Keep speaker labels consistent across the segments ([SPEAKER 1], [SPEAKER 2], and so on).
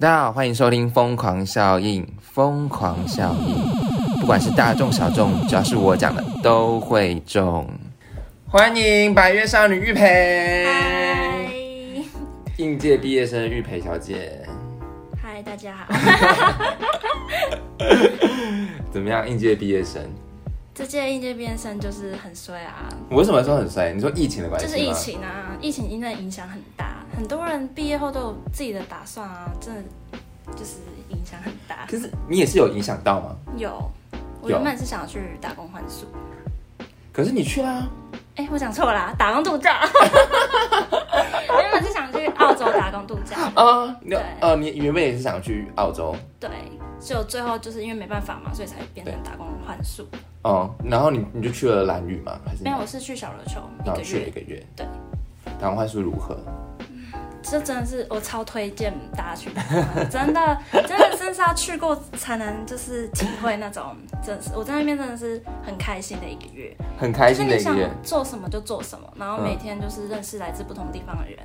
[SPEAKER 1] 大家好，欢迎收听《疯狂效应》。疯狂效应，不管是大众小众，只要是我讲的都会中。欢迎百越少女玉培，
[SPEAKER 2] 嗨，
[SPEAKER 1] 应届毕业生玉培小姐，
[SPEAKER 2] 嗨，大 家好。
[SPEAKER 1] 怎么样？应届毕业生，
[SPEAKER 2] 这届应届毕业生就是很衰啊，
[SPEAKER 1] 我为什么说很衰？你说疫情的关系
[SPEAKER 2] 就
[SPEAKER 1] 哎吗？
[SPEAKER 2] 是疫情啊，疫情真的影响很大，很多人毕业后都有自己的打算啊，真的就是影响很大。
[SPEAKER 1] 可是你也是有影响到吗？
[SPEAKER 2] 有，我
[SPEAKER 1] 有
[SPEAKER 2] 原本是想要去打工换宿，
[SPEAKER 1] 可是你去啦，
[SPEAKER 2] 哎、我讲错啦，打工度假。 我原本是想去澳洲打工度假，
[SPEAKER 1] 啊，你
[SPEAKER 2] 哦对
[SPEAKER 1] 呃，你原本也是想去澳洲，
[SPEAKER 2] 对，就最后就是因为没办法嘛，所以才变成打工换宿。
[SPEAKER 1] 哦、然后你你就去了兰屿嘛，还是
[SPEAKER 2] 没有，我是去小琉球
[SPEAKER 1] 然
[SPEAKER 2] 一个
[SPEAKER 1] 后哦去了一
[SPEAKER 2] 月，
[SPEAKER 1] 个月，
[SPEAKER 2] 对，
[SPEAKER 1] 然后换宿如何？
[SPEAKER 2] 这真的是我超推荐大家去看，真的 真的真是要去过才能就是体会那种，真的是我在那边真的是很开心的一个月，
[SPEAKER 1] 很开
[SPEAKER 2] 就是
[SPEAKER 1] 心的
[SPEAKER 2] 你
[SPEAKER 1] 一个
[SPEAKER 2] 想
[SPEAKER 1] 月，
[SPEAKER 2] 做什么就做什么，然后每天就是认识来自不同地方的人，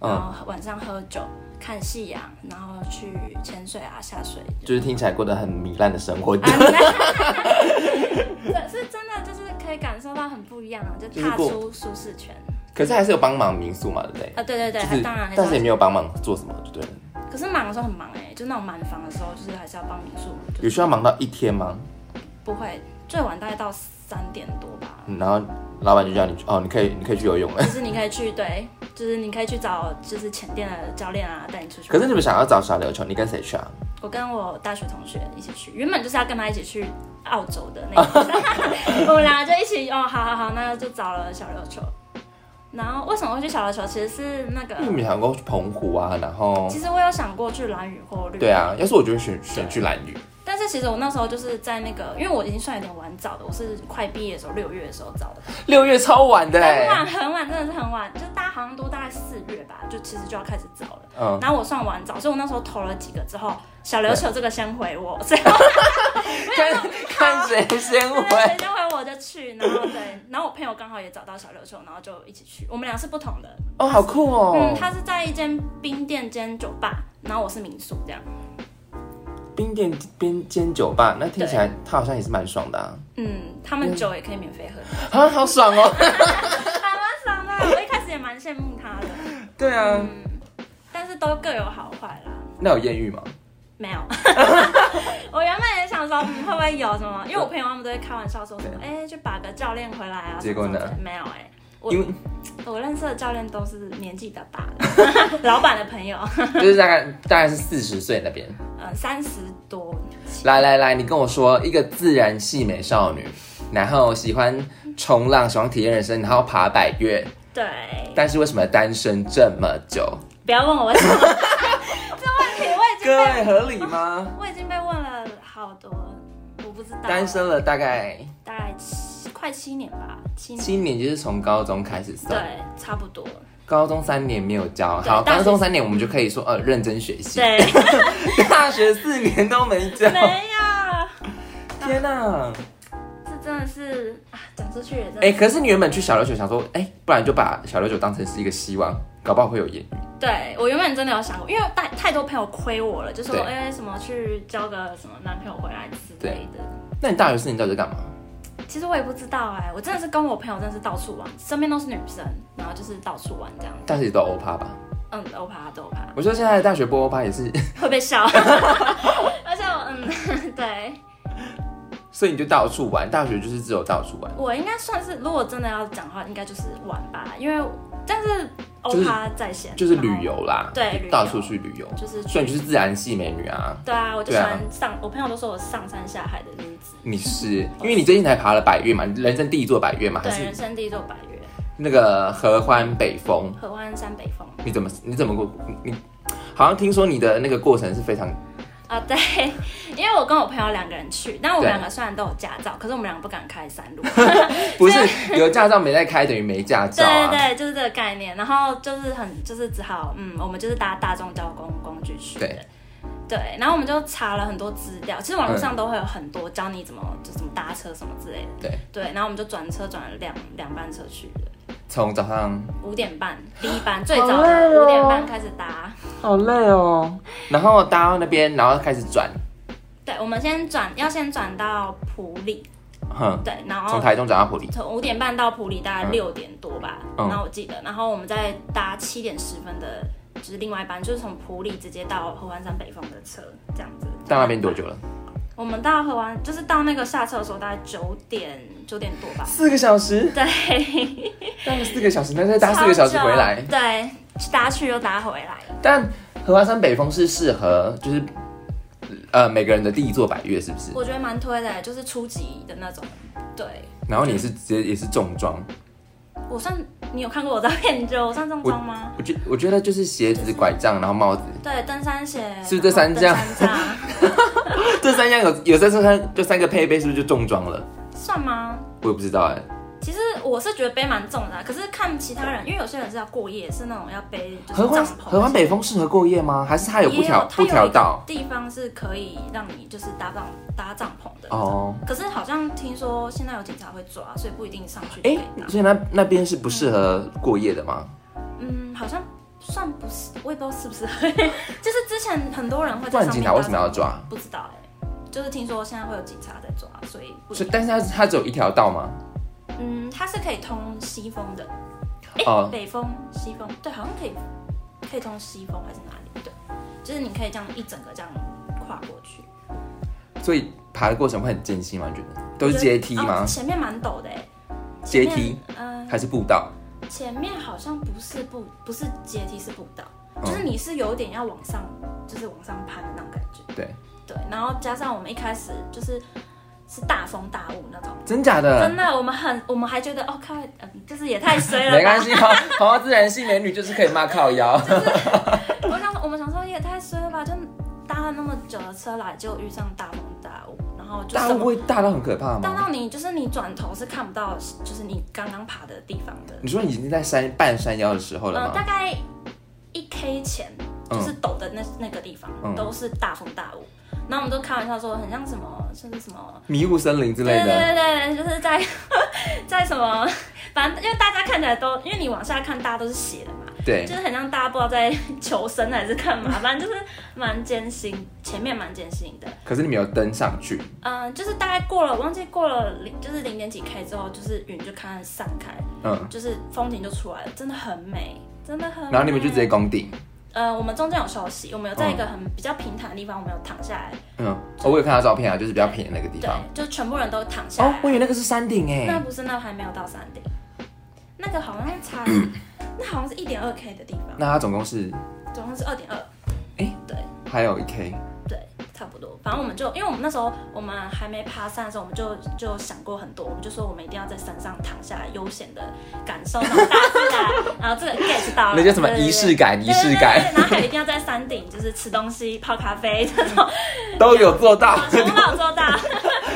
[SPEAKER 2] 然
[SPEAKER 1] 嗯，
[SPEAKER 2] 后晚上喝酒、看夕阳，然后去潜水啊、下 水。
[SPEAKER 1] 就是听起来过得很糜烂的生活，
[SPEAKER 2] 啊，你 这是真的，就是可以感受到很不一样，啊就
[SPEAKER 1] 就是
[SPEAKER 2] 踏
[SPEAKER 1] 过
[SPEAKER 2] 出舒适圈
[SPEAKER 1] 可是还是有帮忙民宿嘛，对不对？
[SPEAKER 2] 啊！对对对，
[SPEAKER 1] 就是
[SPEAKER 2] 当然还是
[SPEAKER 1] 但
[SPEAKER 2] 要
[SPEAKER 1] 是也没有帮忙做什么，就对了。
[SPEAKER 2] 可是忙的时候很忙哎、就那种满房的时候，就是还是要帮民宿，就
[SPEAKER 1] 有
[SPEAKER 2] 是
[SPEAKER 1] 需要忙到一天吗？
[SPEAKER 2] 不会最晚大概到三点多吧。
[SPEAKER 1] 嗯然后老板就叫你去，哦，你可以，你可以去游泳 了。
[SPEAKER 2] 就是你可以去对，就是你可以去找就是前店的教练啊，带你出去。
[SPEAKER 1] 可是你们想要找小琉球，你跟谁去啊？
[SPEAKER 2] 我跟我大学同学一起去，原本就是要跟他一起去澳洲的那个， 我们俩就一起哦，好好好，那就找了小琉球。然后为什么会去小琉球？其实是那个
[SPEAKER 1] 因为，你们想过去澎湖啊，然后
[SPEAKER 2] 其实我有想过去蓝屿或绿岛
[SPEAKER 1] 对啊，要是我就会选选去蓝屿，
[SPEAKER 2] 但是其实我那时候就是在那个，因为我已经算有点晚找的，我是快毕业的时候六月的时候找的，
[SPEAKER 1] 六月超晚的
[SPEAKER 2] 哎
[SPEAKER 1] 欸，
[SPEAKER 2] 很晚很晚，真的是很晚，就是大家好像都大概四月吧，就其实就要开始找了。
[SPEAKER 1] 嗯，
[SPEAKER 2] 然后我算完找，所以我那时候投了几个之后，小琉球这个先回我，所以
[SPEAKER 1] 看看谁先
[SPEAKER 2] 我谁
[SPEAKER 1] 回。
[SPEAKER 2] 先回我就去，然后对，然后我朋友刚好也找到小琉球，然后就一起去，我们俩是不同的，
[SPEAKER 1] 哦，好酷
[SPEAKER 2] 嗯
[SPEAKER 1] 哦，！
[SPEAKER 2] 他是在一间冰店兼酒吧，然后我是民宿这样，
[SPEAKER 1] 冰店边间酒吧，那听起来他好像也是蛮爽的啊，
[SPEAKER 2] 嗯，他们酒也可以免费喝，
[SPEAKER 1] 啊，好爽 哦。
[SPEAKER 2] 还蛮爽的，我一开始也蛮羡慕他的，
[SPEAKER 1] 对啊，
[SPEAKER 2] 嗯，但是都各有好坏啦。
[SPEAKER 1] 那有艳遇吗？
[SPEAKER 2] 没有， 我原本也想说，嗯，会不会有什么？因为我朋友他们都会开玩笑说什么，哎、去把个教练回来啊。
[SPEAKER 1] 结果呢
[SPEAKER 2] 什么什么之类的没有哎、我
[SPEAKER 1] 因为
[SPEAKER 2] 我认识的教练都是年纪比较大的， 老板的朋友，
[SPEAKER 1] 就是大概大概是四十岁那边。
[SPEAKER 2] 呃，三十多。
[SPEAKER 1] 来来来，你跟我说一个自然系美少女，然后喜欢冲浪，喜欢体验人生，然后爬百越，
[SPEAKER 2] 对，
[SPEAKER 1] 但是为什么单身这么久？
[SPEAKER 2] 不要问我为什么 这问题，我已经
[SPEAKER 1] 各
[SPEAKER 2] 被
[SPEAKER 1] 位合理吗？
[SPEAKER 2] 我已经被问了好多，我不知道。
[SPEAKER 1] 单身了大概
[SPEAKER 2] 大概七快七年吧，七年，
[SPEAKER 1] 七年，就是从高中开始算，
[SPEAKER 2] 对，差不多。
[SPEAKER 1] 高中三年没有交，
[SPEAKER 2] 对
[SPEAKER 1] 好，
[SPEAKER 2] 大学
[SPEAKER 1] 高中三年我们就可以说呃认真学习，
[SPEAKER 2] 对，
[SPEAKER 1] 大学四年都没交，
[SPEAKER 2] 没有。
[SPEAKER 1] 天哪、
[SPEAKER 2] 这真的是啊，讲出去也真的
[SPEAKER 1] 哎、可是你原本去小琉球想说，哎、不然就把小琉球当成是一个希望，搞不好会有艳遇。
[SPEAKER 2] 对我原本真的有想过，因为太太多朋友亏我了，就说
[SPEAKER 1] 对
[SPEAKER 2] 哎、什么去交个什么男朋友回来之类的。
[SPEAKER 1] 那你大学四年到底在干嘛？
[SPEAKER 2] 其实我也不知道哎、我真的是跟我朋友真的是到处玩，身边都是女生，然后就是到处玩这样。
[SPEAKER 1] 大学也都欧趴吧？
[SPEAKER 2] 嗯，欧趴都欧趴
[SPEAKER 1] 我说现在的大学不欧趴也是，
[SPEAKER 2] 会被笑，而且我嗯，对
[SPEAKER 1] 所以你就到处玩，大学就是只有到处玩，
[SPEAKER 2] 我应该算是，如果真的要讲的话，应该就是玩吧，因为但是欧趴在先，
[SPEAKER 1] 就是
[SPEAKER 2] 然后
[SPEAKER 1] 旅，游啦，
[SPEAKER 2] 对旅
[SPEAKER 1] 就
[SPEAKER 2] 游
[SPEAKER 1] 到处去旅游。
[SPEAKER 2] 就是
[SPEAKER 1] 所以你就是自然系美女啊，
[SPEAKER 2] 对啊，我就
[SPEAKER 1] 对
[SPEAKER 2] 喜
[SPEAKER 1] 啊
[SPEAKER 2] 欢上，我朋友都说我上山下海的女子，
[SPEAKER 1] 你是因为你最近才爬了百越嘛，你人生第一座百越嘛，还
[SPEAKER 2] 对，
[SPEAKER 1] 是
[SPEAKER 2] 人生第一座百月。
[SPEAKER 1] 那个合欢北峰？
[SPEAKER 2] 合欢山北峰
[SPEAKER 1] 你怎么你怎么过你？你好像听说你的那个过程是 非常
[SPEAKER 2] 啊，对，因为我跟我朋友两个人去，但我
[SPEAKER 1] 对
[SPEAKER 2] 们两个虽然都有驾照，可是我们两个不敢开山路。
[SPEAKER 1] 不是有驾照没在开等于没驾照
[SPEAKER 2] 对对
[SPEAKER 1] 啊，
[SPEAKER 2] 对，就是这个概念。然后就是很，就是只好，嗯，我们就是搭大众交通工具去的。
[SPEAKER 1] 对
[SPEAKER 2] 对然后我们就查了很多资料，其实网络
[SPEAKER 1] 嗯
[SPEAKER 2] 上都会有很多教你怎么就怎么搭车什么之类的。
[SPEAKER 1] 对
[SPEAKER 2] 对，然后我们就转车转了两两班车去的。
[SPEAKER 1] 从早上
[SPEAKER 2] 五点半第一班最早的五点半开始搭。
[SPEAKER 1] 好累哦，然后搭到那边，然后开始转，
[SPEAKER 2] 对，我们先转，要先转到普里，
[SPEAKER 1] 哼，
[SPEAKER 2] 对，然
[SPEAKER 1] 从
[SPEAKER 2] 后
[SPEAKER 1] 台中转到普里，
[SPEAKER 2] 从五点半到普里大概
[SPEAKER 1] 嗯
[SPEAKER 2] 六点多吧，
[SPEAKER 1] 嗯
[SPEAKER 2] 然后我记得，然后我们再搭七点十分的，就是另外一班，就是从普里直接到合欢山北峰的车，这样子。
[SPEAKER 1] 到那边多？久了？
[SPEAKER 2] 我们到合欢，就是到那个下车的时候，大概九点九点多吧。
[SPEAKER 1] 四个小时，
[SPEAKER 2] 对，
[SPEAKER 1] 搭了四个小时，那再 搭四个小时回来
[SPEAKER 2] 超久，对，搭去又搭回来。
[SPEAKER 1] 但合欢山北峰是适合就是呃每个人的第一座百越是不是？
[SPEAKER 2] 我觉得蛮推的，就是初级的那种。对，
[SPEAKER 1] 然后你是直接也是重装，
[SPEAKER 2] 我算你有看过我照片，你觉得我算中招吗？
[SPEAKER 1] 我觉我觉得就是鞋子、拐杖，然后帽子，
[SPEAKER 2] 对，登山鞋
[SPEAKER 1] 是不是这三
[SPEAKER 2] 然
[SPEAKER 1] 项
[SPEAKER 2] 后登山杖
[SPEAKER 1] 这三样有有在这三这三个配备是不是就重装了？
[SPEAKER 2] 算吗？
[SPEAKER 1] 我也不知道哎、
[SPEAKER 2] 其实我是觉得背蛮重的啊、可是看其他人，因为有些人是要过夜，是那种要背就是
[SPEAKER 1] 合欢
[SPEAKER 2] 帐篷
[SPEAKER 1] 合欢北峰适合过夜吗？还是它有不
[SPEAKER 2] 也
[SPEAKER 1] 调
[SPEAKER 2] 它
[SPEAKER 1] 不
[SPEAKER 2] 有
[SPEAKER 1] 调
[SPEAKER 2] 一个
[SPEAKER 1] 道？
[SPEAKER 2] 地方是可以让你就是搭帐搭帐篷的。
[SPEAKER 1] 哦，
[SPEAKER 2] 可是好像听说现在有警察会抓，所以不一定上去
[SPEAKER 1] 哎、
[SPEAKER 2] 背搭。
[SPEAKER 1] 所以那那边是不适合过夜的吗？
[SPEAKER 2] 嗯，好像算不是，我也不知道是不是， 就是之前很多人会
[SPEAKER 1] 不
[SPEAKER 2] 在
[SPEAKER 1] 然
[SPEAKER 2] 上
[SPEAKER 1] 警
[SPEAKER 2] 面
[SPEAKER 1] 察
[SPEAKER 2] 搭
[SPEAKER 1] 为什么要
[SPEAKER 2] 帐篷？
[SPEAKER 1] 抓？
[SPEAKER 2] 不知道哎、就是听说现在会有警察在抓，所以不一
[SPEAKER 1] 所
[SPEAKER 2] 定
[SPEAKER 1] 以但是它它只有一条道吗？
[SPEAKER 2] 嗯，它是可以通西风的，哎、
[SPEAKER 1] 哦
[SPEAKER 2] 北风、西风，对，好像可以，可以通西风还是哪里？对，就是你可以这样一整个这样跨过去，
[SPEAKER 1] 所以爬的过程会很艰辛吗？你觉得都是阶梯
[SPEAKER 2] 哦
[SPEAKER 1] 吗？
[SPEAKER 2] 前面蛮陡的哎，
[SPEAKER 1] 阶
[SPEAKER 2] 前面
[SPEAKER 1] 梯，
[SPEAKER 2] 嗯、
[SPEAKER 1] 还是步道？
[SPEAKER 2] 前面好像不是步，不是阶梯，是步道，
[SPEAKER 1] 嗯
[SPEAKER 2] 就是你是有点要往上，就是往上攀的那种感觉。
[SPEAKER 1] 对，
[SPEAKER 2] 对，然后加上我们一开始就是是大风大雾那种。
[SPEAKER 1] 真假的？
[SPEAKER 2] 真的，我们很，我们还觉得哦靠，嗯，就是也太衰了吧，
[SPEAKER 1] 没关系，哦 好好自然系美女就是可以骂靠腰。
[SPEAKER 2] 我想说，我们想说也太衰了吧，就搭了那么久的车来，就遇上大风大雾，然后 就
[SPEAKER 1] 大
[SPEAKER 2] 什
[SPEAKER 1] 雾
[SPEAKER 2] 么
[SPEAKER 1] 会大到很可怕
[SPEAKER 2] 大
[SPEAKER 1] 吗？
[SPEAKER 2] 到你就是你转头是看不到，就是你刚刚爬的地方的。
[SPEAKER 1] 你说你已经在山半山腰的时候了
[SPEAKER 2] 呃，大
[SPEAKER 1] 吗？
[SPEAKER 2] 概一 K 前就是陡的那那个地方、
[SPEAKER 1] 嗯
[SPEAKER 2] 都是大风大雾，然后我们都开玩笑说很像什么，就是什么。
[SPEAKER 1] 迷雾森林之
[SPEAKER 2] 对
[SPEAKER 1] 类
[SPEAKER 2] 对
[SPEAKER 1] 的，
[SPEAKER 2] 对对，就是在 在什么，反正因为大家看起来都，因为你往下看，大家都是斜的嘛，
[SPEAKER 1] 对
[SPEAKER 2] 就，是很像大家不知道在 求生还是干嘛，反正就是蛮艰辛，前面蛮艰辛的。
[SPEAKER 1] 可是你没有登上去，
[SPEAKER 2] 嗯，就是大概过了，忘记过了零，就是零点几 K 之后，就是云就开始散开，
[SPEAKER 1] 嗯，
[SPEAKER 2] 就是风景就出来了，真的很美，真的很美。
[SPEAKER 1] 然后你们就直接嗯攻顶，
[SPEAKER 2] 呃，我们中间有休息，我们有在一个很比较平坦的地方，我们有躺下来，
[SPEAKER 1] 嗯，哦，我有看到照片啊，就是比较偏的那个地
[SPEAKER 2] 对
[SPEAKER 1] 方。，
[SPEAKER 2] 就全部人都躺下来。
[SPEAKER 1] 哦，我以为那个是山顶
[SPEAKER 2] 那
[SPEAKER 1] 哎，
[SPEAKER 2] 不是，那还没有到山顶，那个好像 才，那好像是一点二 K 的地方，
[SPEAKER 1] 那它总共是
[SPEAKER 2] 总共是二点二。
[SPEAKER 1] 诶
[SPEAKER 2] 对
[SPEAKER 1] 还有一 K，
[SPEAKER 2] 对，差不多。反正我们就，因为我们那时候我们还没爬山的时候，我们就就想过很多，我们就说我们一定要在山上躺下来，悠闲的感受那种大自 然。然后这个 get 到了，
[SPEAKER 1] 那叫什么
[SPEAKER 2] 啊对
[SPEAKER 1] 仪式。感？
[SPEAKER 2] 对
[SPEAKER 1] 仪式感
[SPEAKER 2] 对对对对对然后还有一定要在山顶，就是吃东西、泡咖 啡这种，
[SPEAKER 1] 都有做到，
[SPEAKER 2] 全部都有做到，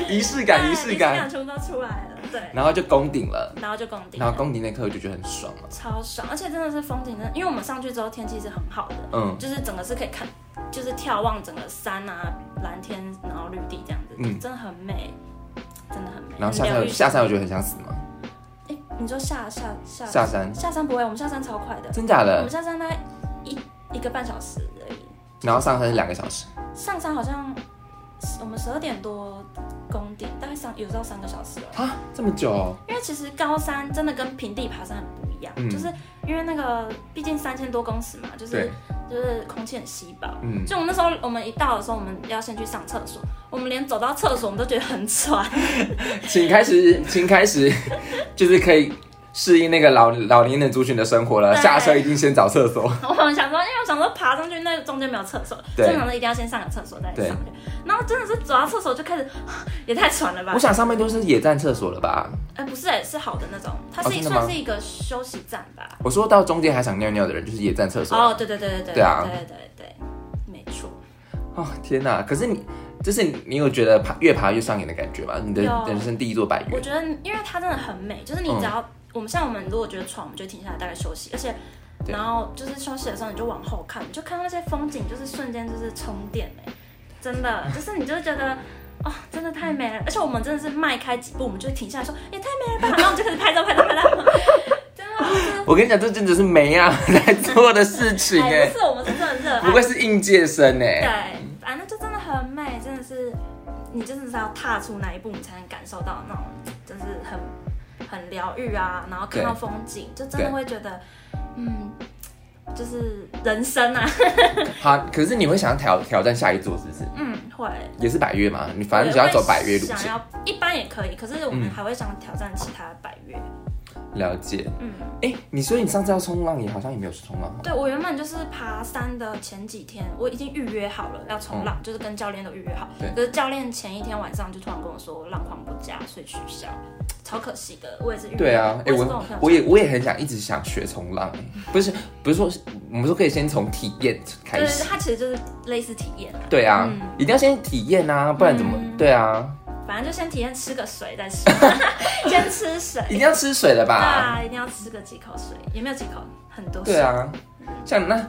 [SPEAKER 1] 仪式感，
[SPEAKER 2] 对
[SPEAKER 1] 仪式感，
[SPEAKER 2] 全部都出来了，对。
[SPEAKER 1] 然后就攻顶了，
[SPEAKER 2] 然后就攻顶了，
[SPEAKER 1] 然后攻顶那刻我就觉得很爽了，
[SPEAKER 2] 超爽，而且真的是风景真的，因为我们上去之后天气是很好的，
[SPEAKER 1] 嗯，
[SPEAKER 2] 就是整个是可以看，就是眺望整个山啊、蓝天，然后绿地这样子，
[SPEAKER 1] 嗯
[SPEAKER 2] 就真的很美，真的很美。
[SPEAKER 1] 然后下
[SPEAKER 2] 很疗
[SPEAKER 1] 山
[SPEAKER 2] 愈
[SPEAKER 1] 下山我觉得很想死嘛，
[SPEAKER 2] 哎、你说下下下
[SPEAKER 1] 下山呃
[SPEAKER 2] 下山不会，我们下山超快的，
[SPEAKER 1] 真假
[SPEAKER 2] 我
[SPEAKER 1] 的
[SPEAKER 2] 们，下山大概一一个半小时而已，
[SPEAKER 1] 然后上山是两个小时，
[SPEAKER 2] 上山好像我们十二点多攻顶，大概三有时候三个小时了。
[SPEAKER 1] 啊，这么久哦，
[SPEAKER 2] 因为其实高山真的跟平地爬山很不一样，
[SPEAKER 1] 嗯
[SPEAKER 2] 就是因为那个毕竟三千多公尺嘛，就是
[SPEAKER 1] 对，
[SPEAKER 2] 就是空气很稀薄。
[SPEAKER 1] 嗯，
[SPEAKER 2] 就我们那时候，我们一到的时候，我们要先去上厕所，我们连走到厕所我们都觉得很喘。
[SPEAKER 1] 请开始，请开始， 就是可以适应那个老老年人族群的生活了。
[SPEAKER 2] 对
[SPEAKER 1] 下车一定先找厕所，
[SPEAKER 2] 我们想说，因为我想说爬上去那个中间没有厕所，
[SPEAKER 1] 对
[SPEAKER 2] 所以我想说一定要先上个厕所再上去。然后真的是走到厕所就开始， 也太喘了吧
[SPEAKER 1] 我？想上面都是野战厕所了吧？
[SPEAKER 2] 哎、不是、是好的那种，它
[SPEAKER 1] 哦
[SPEAKER 2] 是、
[SPEAKER 1] 真的吗
[SPEAKER 2] 算是一个休息站吧？
[SPEAKER 1] 我说到中间还想尿尿的人，就是野战厕所。
[SPEAKER 2] 哦，对对对对对，
[SPEAKER 1] 对啊
[SPEAKER 2] 对对对，没错。
[SPEAKER 1] 哦，天哪！可是你，就是你你有觉得爬越爬越上瘾的感觉吗？你的
[SPEAKER 2] 有
[SPEAKER 1] 人生第一座百
[SPEAKER 2] 我
[SPEAKER 1] 越，
[SPEAKER 2] 觉得，因为它真的很美，就是你只要、
[SPEAKER 1] 嗯
[SPEAKER 2] 我们像我们如果觉得喘，我们就停下来大概休息，而且
[SPEAKER 1] 对
[SPEAKER 2] 然后就是休息的时候你就往后看，你就看到那些风景，就是瞬间就是充电哎、真的，就是你就 觉得。哦，真的太美了！而且 我们真的是迈开几步，我们就会停下来说也太美了吧，然后我们就开始拍照、拍照、拍照，真的好
[SPEAKER 1] 我跟你讲，这真的是梅啊 在做的事情哎、
[SPEAKER 2] 哎，不是，我们是真的 热爱。
[SPEAKER 1] 不愧是应届生哎、
[SPEAKER 2] 对，反正就真的很美，真的是，你真的是要踏出那一步，你才能感受到那种，就是很很疗愈啊，然后看到
[SPEAKER 1] 对
[SPEAKER 2] 风景，就真的
[SPEAKER 1] 对
[SPEAKER 2] 会觉得，嗯，就是人生啊，
[SPEAKER 1] 好，可是你会想要挑挑战下一座，是不是？
[SPEAKER 2] 嗯， 会。
[SPEAKER 1] 也是百越嘛？你反正只要走百越路
[SPEAKER 2] 我会想
[SPEAKER 1] 线，
[SPEAKER 2] 要一般也可以，可是我们
[SPEAKER 1] 嗯
[SPEAKER 2] 还会想挑战其他的百越。
[SPEAKER 1] 了解。
[SPEAKER 2] 嗯，
[SPEAKER 1] 哎、你说你上次要冲浪，你好像也没有去冲浪。啊
[SPEAKER 2] 对我原本就是爬山的前几天，我已经预约好了要冲浪，就是跟教练都预约好
[SPEAKER 1] 嗯对。
[SPEAKER 2] 可是教练前一天晚上就突然跟我说浪况不佳，所以取消，超可惜的。我也是预约，
[SPEAKER 1] 对啊，哎、
[SPEAKER 2] 嗯我也是跟
[SPEAKER 1] 我
[SPEAKER 2] 我朋友
[SPEAKER 1] 我也我也很想一直想学冲浪，不是不是说我们说可以先从体验
[SPEAKER 2] 讲
[SPEAKER 1] 开
[SPEAKER 2] 就是
[SPEAKER 1] 始，
[SPEAKER 2] 它其实就是类似体验啊，
[SPEAKER 1] 对啊，
[SPEAKER 2] 嗯
[SPEAKER 1] 一定要先体验啊，不然怎么？
[SPEAKER 2] 嗯
[SPEAKER 1] 对啊，
[SPEAKER 2] 反正就先体验吃 个水再说，先 吃水。
[SPEAKER 1] 一定要吃水的
[SPEAKER 2] 对
[SPEAKER 1] 吧？
[SPEAKER 2] 啊，一定要吃个几口水，也没有几口，很多水。
[SPEAKER 1] 对啊，像那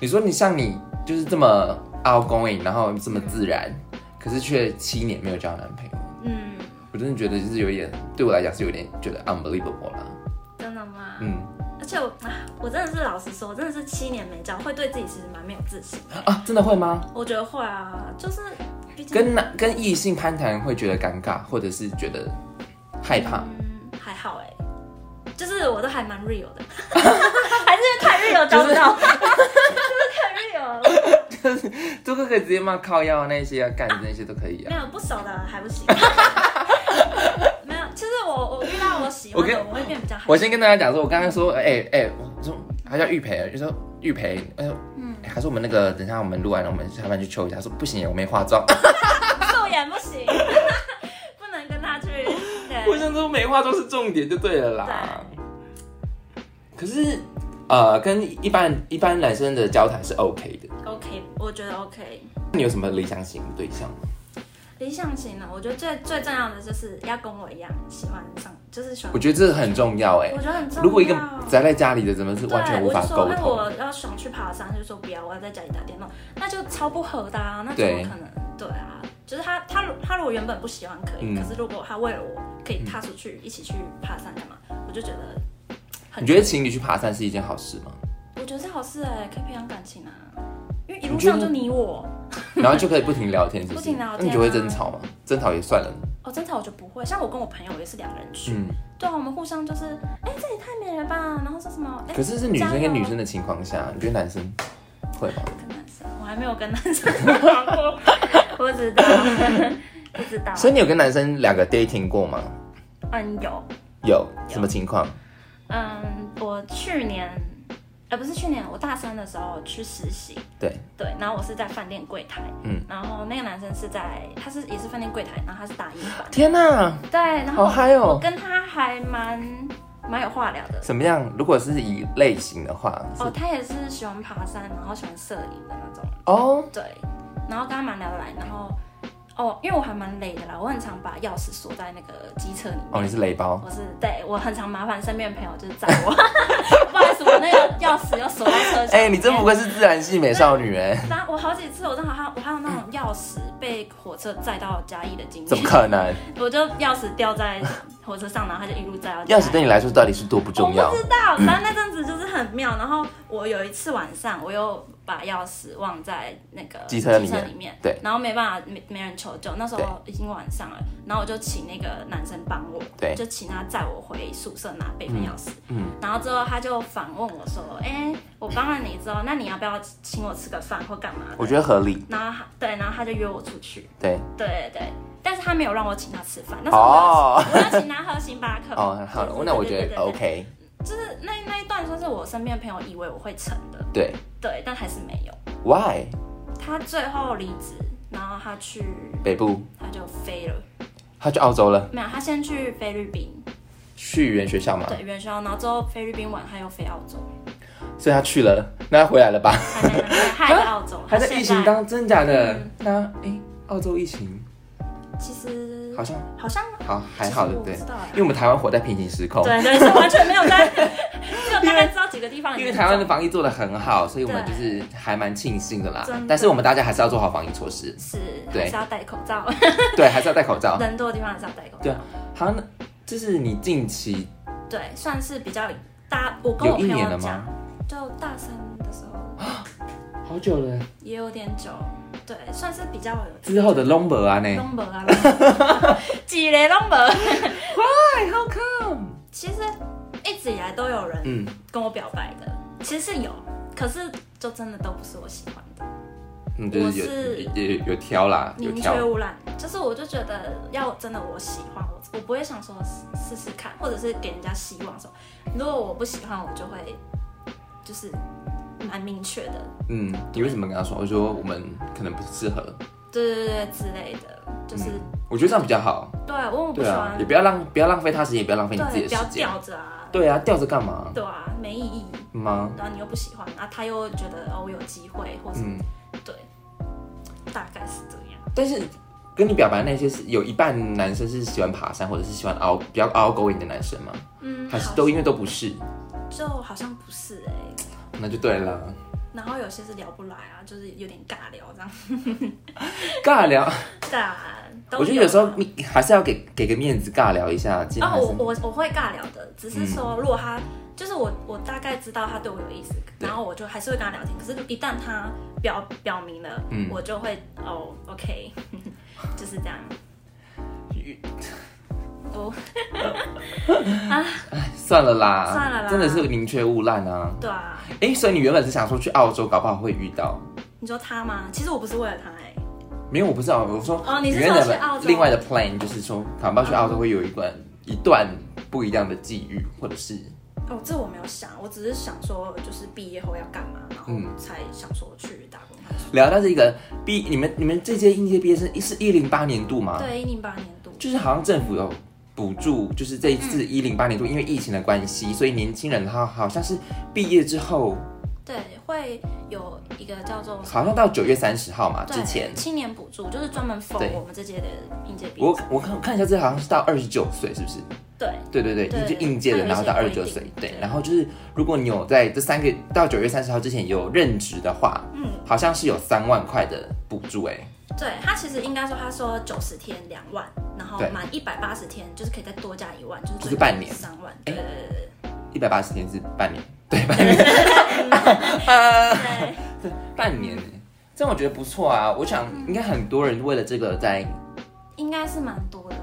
[SPEAKER 1] 你说你像你就是这么 outgoing，然后这么自然，可是却七年没有交男朋友，
[SPEAKER 2] 嗯，
[SPEAKER 1] 我真的觉得就是有一点对我来讲是有点觉得 unbelievable 啦。
[SPEAKER 2] 真的吗？
[SPEAKER 1] 嗯，
[SPEAKER 2] 而且我啊，我真的是老实说，我真的是七年没交，会对自己其实蛮没有自信。
[SPEAKER 1] 啊，真的会吗？
[SPEAKER 2] 我觉得会啊，就是毕竟
[SPEAKER 1] 跟男跟异性攀谈会觉得尴尬，或者是觉得害怕？
[SPEAKER 2] 嗯还好哎、就是我都还蛮 real 的， 还是太 real 交不到， 就是太 real 了，
[SPEAKER 1] 这个可以直接骂靠腰啊那些啊，干那些都可以啊
[SPEAKER 2] 没。有不熟的还 不行。没有，其实我我遇到我喜
[SPEAKER 1] 我
[SPEAKER 2] 欢
[SPEAKER 1] 跟
[SPEAKER 2] 的，我会变比较害
[SPEAKER 1] 我
[SPEAKER 2] 羞。
[SPEAKER 1] 先跟大家讲说，我刚刚说，哎、哎、我说他叫玉培，啊就说玉培，哎、呦，
[SPEAKER 2] 嗯
[SPEAKER 1] 还是我们那个，等一下我们录完了，我们下班去抽一下。他说不行，我没化妆。
[SPEAKER 2] 素颜不行， 不能跟他去。
[SPEAKER 1] 我
[SPEAKER 2] 对
[SPEAKER 1] 想说没化妆是重点就对了啦。
[SPEAKER 2] 对，
[SPEAKER 1] 可是，呃，跟一般一般男生的交谈是 OK 的。
[SPEAKER 2] ，OK，我觉得 OK。
[SPEAKER 1] 你有什么理想型的对象吗？
[SPEAKER 2] 理想型呢，我觉得最最重要的就是要跟我一样喜欢上，就是喜欢
[SPEAKER 1] 我。觉得这很重要哎、
[SPEAKER 2] 我觉得很重要。
[SPEAKER 1] 如果一个宅在家里的，真的是完全无法
[SPEAKER 2] 对
[SPEAKER 1] 沟
[SPEAKER 2] 我
[SPEAKER 1] 通。
[SPEAKER 2] 就说，哎，我要想去爬山，他就说不要，我要在家里打电动，那就超不合的啊，那怎
[SPEAKER 1] 对
[SPEAKER 2] 么可能？对啊，就是他他他如果原本不喜欢可以，
[SPEAKER 1] 嗯
[SPEAKER 2] 可是如果他为了我可以踏出去、一起去爬山干嘛，我就觉得很。
[SPEAKER 1] 你觉得情侣去爬山是一件好 事吗？
[SPEAKER 2] 我觉得是好事哎、可以培养感情啊，因为一
[SPEAKER 1] 你
[SPEAKER 2] 路
[SPEAKER 1] 觉得
[SPEAKER 2] 上就你我，
[SPEAKER 1] 然后就可以不停聊天，是不是？
[SPEAKER 2] 不停聊天啊
[SPEAKER 1] 那你就会争吵吗？争吵也算了，
[SPEAKER 2] 哦，真的我就不会，像我跟我朋友也是两人去，
[SPEAKER 1] 嗯。
[SPEAKER 2] 对啊，我们互相就是，哎、这也太美了吧，然后说什么，哎、
[SPEAKER 1] 可是是女生
[SPEAKER 2] 加油
[SPEAKER 1] 跟女生的情况下，
[SPEAKER 2] 啊
[SPEAKER 1] 你觉得男生会吗？
[SPEAKER 2] 跟男生，我还没有跟男生聊过，不知道，不知道。
[SPEAKER 1] 所以你有跟男生两个 dating 过吗？
[SPEAKER 2] 嗯，有，
[SPEAKER 1] 有什么情况？
[SPEAKER 2] 嗯，我去年，呃，不是去年，我大三的时候去实习，
[SPEAKER 1] 对，
[SPEAKER 2] 对，然后我是在饭店柜台，
[SPEAKER 1] 嗯，
[SPEAKER 2] 然后那个男生是在，他是也是饭店柜台，然后他是打一班，
[SPEAKER 1] 天哪、
[SPEAKER 2] 对，然
[SPEAKER 1] 好
[SPEAKER 2] 后
[SPEAKER 1] 嗨哦
[SPEAKER 2] 我！跟他还蛮蛮有话聊的。
[SPEAKER 1] 怎么样？如果是以类型的话，是
[SPEAKER 2] 哦，他也是喜欢爬山，然后喜欢摄影的那种，
[SPEAKER 1] 哦，
[SPEAKER 2] 对，然后跟他蛮聊得来，然后哦，因为我还蛮累的啦，我很常把钥匙锁在那个机车里面。
[SPEAKER 1] 哦，你是雷包，
[SPEAKER 2] 我是对我很常麻烦身边的朋友就是载我， 不好意思，我那个钥匙又锁在车厢里面。
[SPEAKER 1] 哎、你真不愧是自然系美少女 哎、
[SPEAKER 2] 然后我好几次，我正好还有我还有那种钥匙被火车载到嘉义的经
[SPEAKER 1] 怎么
[SPEAKER 2] 历，
[SPEAKER 1] 可能？
[SPEAKER 2] 我就钥匙掉在火车上，然后他就一路载到嘉
[SPEAKER 1] 钥
[SPEAKER 2] 义
[SPEAKER 1] 匙对你来说到底是多不重要
[SPEAKER 2] 哦我不？知道，反正那阵子就是很妙。然后我有一次晚上，我又把钥匙忘在那个
[SPEAKER 1] 机车里面
[SPEAKER 2] 里面，
[SPEAKER 1] 对，
[SPEAKER 2] 然后没办法，没没人求救。那时候已经晚上了，然后我就请那个男生帮我，
[SPEAKER 1] 对
[SPEAKER 2] 就请他载我回宿舍拿备份钥匙。
[SPEAKER 1] 嗯
[SPEAKER 2] 然后之后他就反问我说：“哎、我帮了你之后，那你要不要请我吃个饭或干嘛的？”
[SPEAKER 1] 我觉得合理，
[SPEAKER 2] 然后他对，然后他就约我出去，
[SPEAKER 1] 对，
[SPEAKER 2] 对对对，但是他没有让我请他吃饭，那时候我要
[SPEAKER 1] 哦
[SPEAKER 2] 我要请他喝星巴克。
[SPEAKER 1] 哦，好
[SPEAKER 2] 对对
[SPEAKER 1] 了，那我
[SPEAKER 2] 对
[SPEAKER 1] 觉
[SPEAKER 2] 对对
[SPEAKER 1] 得
[SPEAKER 2] 对
[SPEAKER 1] OK，
[SPEAKER 2] 就是那那一段，算是我身边的朋友以为我会成的，
[SPEAKER 1] 对
[SPEAKER 2] 对，但还是没有。
[SPEAKER 1] ，Why
[SPEAKER 2] 他最后离职，然后他去，
[SPEAKER 1] 北部
[SPEAKER 2] 他就飞了，
[SPEAKER 1] 他去澳洲了，
[SPEAKER 2] 没有，他先去菲律宾，
[SPEAKER 1] 去语言学校嘛，
[SPEAKER 2] 对，元宵，然后之后菲律宾完，他又飞澳洲，
[SPEAKER 1] 所以他去了，那他回来了吧？
[SPEAKER 2] 还没，还没还在澳洲，
[SPEAKER 1] 还在
[SPEAKER 2] 他
[SPEAKER 1] 疫
[SPEAKER 2] 现
[SPEAKER 1] 情当真假的
[SPEAKER 2] 嗯？
[SPEAKER 1] 那诶，澳洲疫情
[SPEAKER 2] 其实
[SPEAKER 1] 好像
[SPEAKER 2] 好像
[SPEAKER 1] 好还好，对不对
[SPEAKER 2] 其实我不知道？啊
[SPEAKER 1] 因为我们台湾活在平行时空，
[SPEAKER 2] 对对，是完全没有在， 只有大概知道几个地方，
[SPEAKER 1] 因为台湾的防疫做得很好，所以我们就是还蛮庆幸的啦
[SPEAKER 2] 真的。，
[SPEAKER 1] 但是我们大家还是要做好防疫措施
[SPEAKER 2] 是
[SPEAKER 1] 对
[SPEAKER 2] 还是要戴口 罩，
[SPEAKER 1] 对，还是要戴口罩。
[SPEAKER 2] 人多的地方还是要戴口罩，
[SPEAKER 1] 对好，那这是你近期
[SPEAKER 2] 对，算是比较大我跟我
[SPEAKER 1] 有一
[SPEAKER 2] 朋
[SPEAKER 1] 年
[SPEAKER 2] 友
[SPEAKER 1] 了
[SPEAKER 2] 讲
[SPEAKER 1] 吗，？
[SPEAKER 2] 就大三的时候
[SPEAKER 1] 好久了，
[SPEAKER 2] 也有点久，对，算是比较有
[SPEAKER 1] 之后的 number 啊呢？
[SPEAKER 2] 拢无啊，几个拢无。
[SPEAKER 1] 哎，How come？
[SPEAKER 2] 其实一直以来都有人
[SPEAKER 1] 嗯，
[SPEAKER 2] 跟我表白的，其实是有，可是就真的都不是我喜欢的，
[SPEAKER 1] 嗯，就是
[SPEAKER 2] 我是
[SPEAKER 1] 有也有有挑啦，有
[SPEAKER 2] 宁
[SPEAKER 1] 挑
[SPEAKER 2] 缺，毋滥。就是我就觉得要真的我喜欢我，我不会想说试试看，或者是给人家希望说，如果我不喜欢，我就会就是蛮明确的，
[SPEAKER 1] 嗯，你为什么跟他说？我说我们可能不适合，
[SPEAKER 2] 对对对对之类的，就是、
[SPEAKER 1] 我觉得这样比较好，
[SPEAKER 2] 对我不
[SPEAKER 1] 嗯对
[SPEAKER 2] 喜
[SPEAKER 1] 啊
[SPEAKER 2] 欢，，
[SPEAKER 1] 也不要浪不要浪费他时间，也不要浪费你自己的
[SPEAKER 2] 对，不要
[SPEAKER 1] 时间，
[SPEAKER 2] 吊着啊，
[SPEAKER 1] 对啊，吊着干嘛？嗯
[SPEAKER 2] 对啊，没意义。
[SPEAKER 1] 吗？
[SPEAKER 2] 然后你又不喜欢，然后他又觉得哦我有机会，或者、
[SPEAKER 1] 嗯，
[SPEAKER 2] 对，大概是这样。
[SPEAKER 1] 但是跟你表白那些是有一半男生是喜欢爬山，或者是喜欢凹比较凹勾引的男生吗？
[SPEAKER 2] 嗯，
[SPEAKER 1] 还是
[SPEAKER 2] 好
[SPEAKER 1] 都因为都不是？
[SPEAKER 2] 就好像不是哎、
[SPEAKER 1] 那就对了，
[SPEAKER 2] 然后有些是聊不来啊，就是有点尬聊这样。
[SPEAKER 1] 尬聊。
[SPEAKER 2] 对啊，都
[SPEAKER 1] 我觉得有时候你还是要给给个面子，尬聊一下。尽量还
[SPEAKER 2] 哦，
[SPEAKER 1] 是嗯
[SPEAKER 2] 我我我会尬聊的，只是说如果他、就是我我大概知道他对我有意思，
[SPEAKER 1] 对
[SPEAKER 2] 然后我就还是会跟他聊天。可是，一旦他表表明了，
[SPEAKER 1] 嗯
[SPEAKER 2] 我就会哦，OK，就是这样。哦，
[SPEAKER 1] 算了啦，
[SPEAKER 2] 算了啦
[SPEAKER 1] 真的是宁缺毋滥啊。
[SPEAKER 2] 对啊，
[SPEAKER 1] 哎、所以你原本是想说去澳洲，搞不好会遇到。
[SPEAKER 2] 你说他吗？其实我不是为了他哎、
[SPEAKER 1] 没有，我不知道。我说，
[SPEAKER 2] 哦你是
[SPEAKER 1] 原
[SPEAKER 2] 说
[SPEAKER 1] 本
[SPEAKER 2] 去澳洲
[SPEAKER 1] 另外的 plan 就是说，搞不好去澳洲会有一段、一段不一样的际遇，或者是
[SPEAKER 2] 哦，这我没有想，我只是想说，就是毕业后要干嘛，然后
[SPEAKER 1] 嗯
[SPEAKER 2] 才想说去打工换宿。
[SPEAKER 1] 聊到这个毕，你们你们这届应届毕业生是一零八年度吗？，
[SPEAKER 2] 对，一零八年度，
[SPEAKER 1] 就是好像政府有补助，就是这一
[SPEAKER 2] 嗯
[SPEAKER 1] 次一零八年度，因为疫情的关系，所以年轻人他好像是毕业之后，
[SPEAKER 2] 对，会有一个叫做
[SPEAKER 1] 好像到九月三十号嘛
[SPEAKER 2] 对
[SPEAKER 1] 啊之前，
[SPEAKER 2] 青年补助，就是专门 for
[SPEAKER 1] 对
[SPEAKER 2] 我们这届的应届毕业
[SPEAKER 1] 我
[SPEAKER 2] 生。
[SPEAKER 1] 我看看一下，这好像是到二十九岁，是不是？
[SPEAKER 2] 对，
[SPEAKER 1] 对对对，
[SPEAKER 2] 对
[SPEAKER 1] 就应届的，
[SPEAKER 2] 它有一些
[SPEAKER 1] 然后到二十九
[SPEAKER 2] 规定
[SPEAKER 1] 岁，对
[SPEAKER 2] 对，
[SPEAKER 1] 然后就是如果你有在这三个到九月三十号之前有任职的话，
[SPEAKER 2] 嗯，
[SPEAKER 1] 好像是有三万块的补助、哎，
[SPEAKER 2] 对他其实应该说，他说九十天两万，然后
[SPEAKER 1] 对
[SPEAKER 2] 满一百八十天就是可以再多加一万，就是
[SPEAKER 1] 就是
[SPEAKER 2] 最高
[SPEAKER 1] 半年
[SPEAKER 2] 三万。
[SPEAKER 1] 哎
[SPEAKER 2] 对对对对
[SPEAKER 1] 一百八十天是半年，
[SPEAKER 2] 对，
[SPEAKER 1] 半年、
[SPEAKER 2] 嗯
[SPEAKER 1] 哎这样我觉得不错啊，我想应该很多人为了这个在，
[SPEAKER 2] 应该是蛮多的，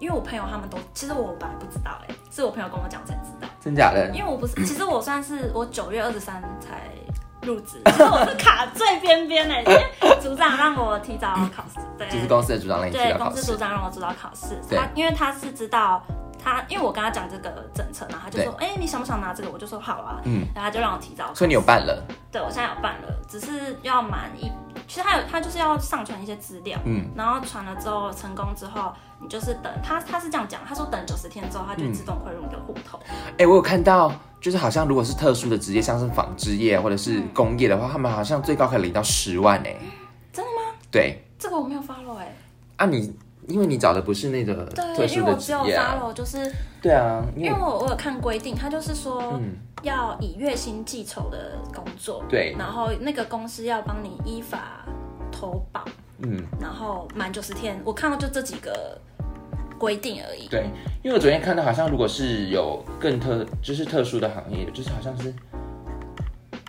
[SPEAKER 2] 因为我朋友他们都，其实我本来不知道、哎，是我朋友跟我讲才知道。
[SPEAKER 1] 真假的，
[SPEAKER 2] 因为我 不是，其实我算是我九月二十三才入职，其实我是卡最边边的，因为组长让我提早考试，对，
[SPEAKER 1] 就是公司的组长来你提
[SPEAKER 2] 对，
[SPEAKER 1] 到
[SPEAKER 2] 公
[SPEAKER 1] 考
[SPEAKER 2] 司
[SPEAKER 1] 试
[SPEAKER 2] 组，长让我主导考试，
[SPEAKER 1] 对
[SPEAKER 2] 他因为他是知道他，因为我跟他讲这个政策，然后他就
[SPEAKER 1] 对
[SPEAKER 2] 说，哎、你想不想拿这个？我就说好啊，
[SPEAKER 1] 嗯，
[SPEAKER 2] 然后他就让我提早考试，
[SPEAKER 1] 所以你有办了，
[SPEAKER 2] 对我现在有办了，只是要满一，其实他有他就是要上传一些资料，
[SPEAKER 1] 嗯，
[SPEAKER 2] 然后传了之后成功之后，你就是等他他是这样讲，他说等九十天之后，他就
[SPEAKER 1] 嗯
[SPEAKER 2] 会自动汇入你的户头，
[SPEAKER 1] 哎、我有看到。就是好像，如果是特殊的职业，像是纺织业或者是
[SPEAKER 2] 嗯
[SPEAKER 1] 工业的话，他们好像最高可以领到十万哎、
[SPEAKER 2] 真
[SPEAKER 1] 的吗？对，
[SPEAKER 2] 这个我没有 follow 哎、
[SPEAKER 1] 啊你，因为你找的不是那个特
[SPEAKER 2] 对，因
[SPEAKER 1] 殊
[SPEAKER 2] 为
[SPEAKER 1] 的
[SPEAKER 2] 我
[SPEAKER 1] 职
[SPEAKER 2] 只有
[SPEAKER 1] 业、啊，
[SPEAKER 2] follow，就是
[SPEAKER 1] 对啊，因
[SPEAKER 2] 因为
[SPEAKER 1] 为
[SPEAKER 2] 我我有看规定，他就是说
[SPEAKER 1] 嗯，
[SPEAKER 2] 要以月薪计酬的工作，
[SPEAKER 1] 对，
[SPEAKER 2] 然后那个公司要帮你依法投保，
[SPEAKER 1] 嗯，
[SPEAKER 2] 然后满九十天，我看到就这几个规定而已。
[SPEAKER 1] 对，因为我昨天看到好像如果是有更特，就是特殊的行业，就是好像是，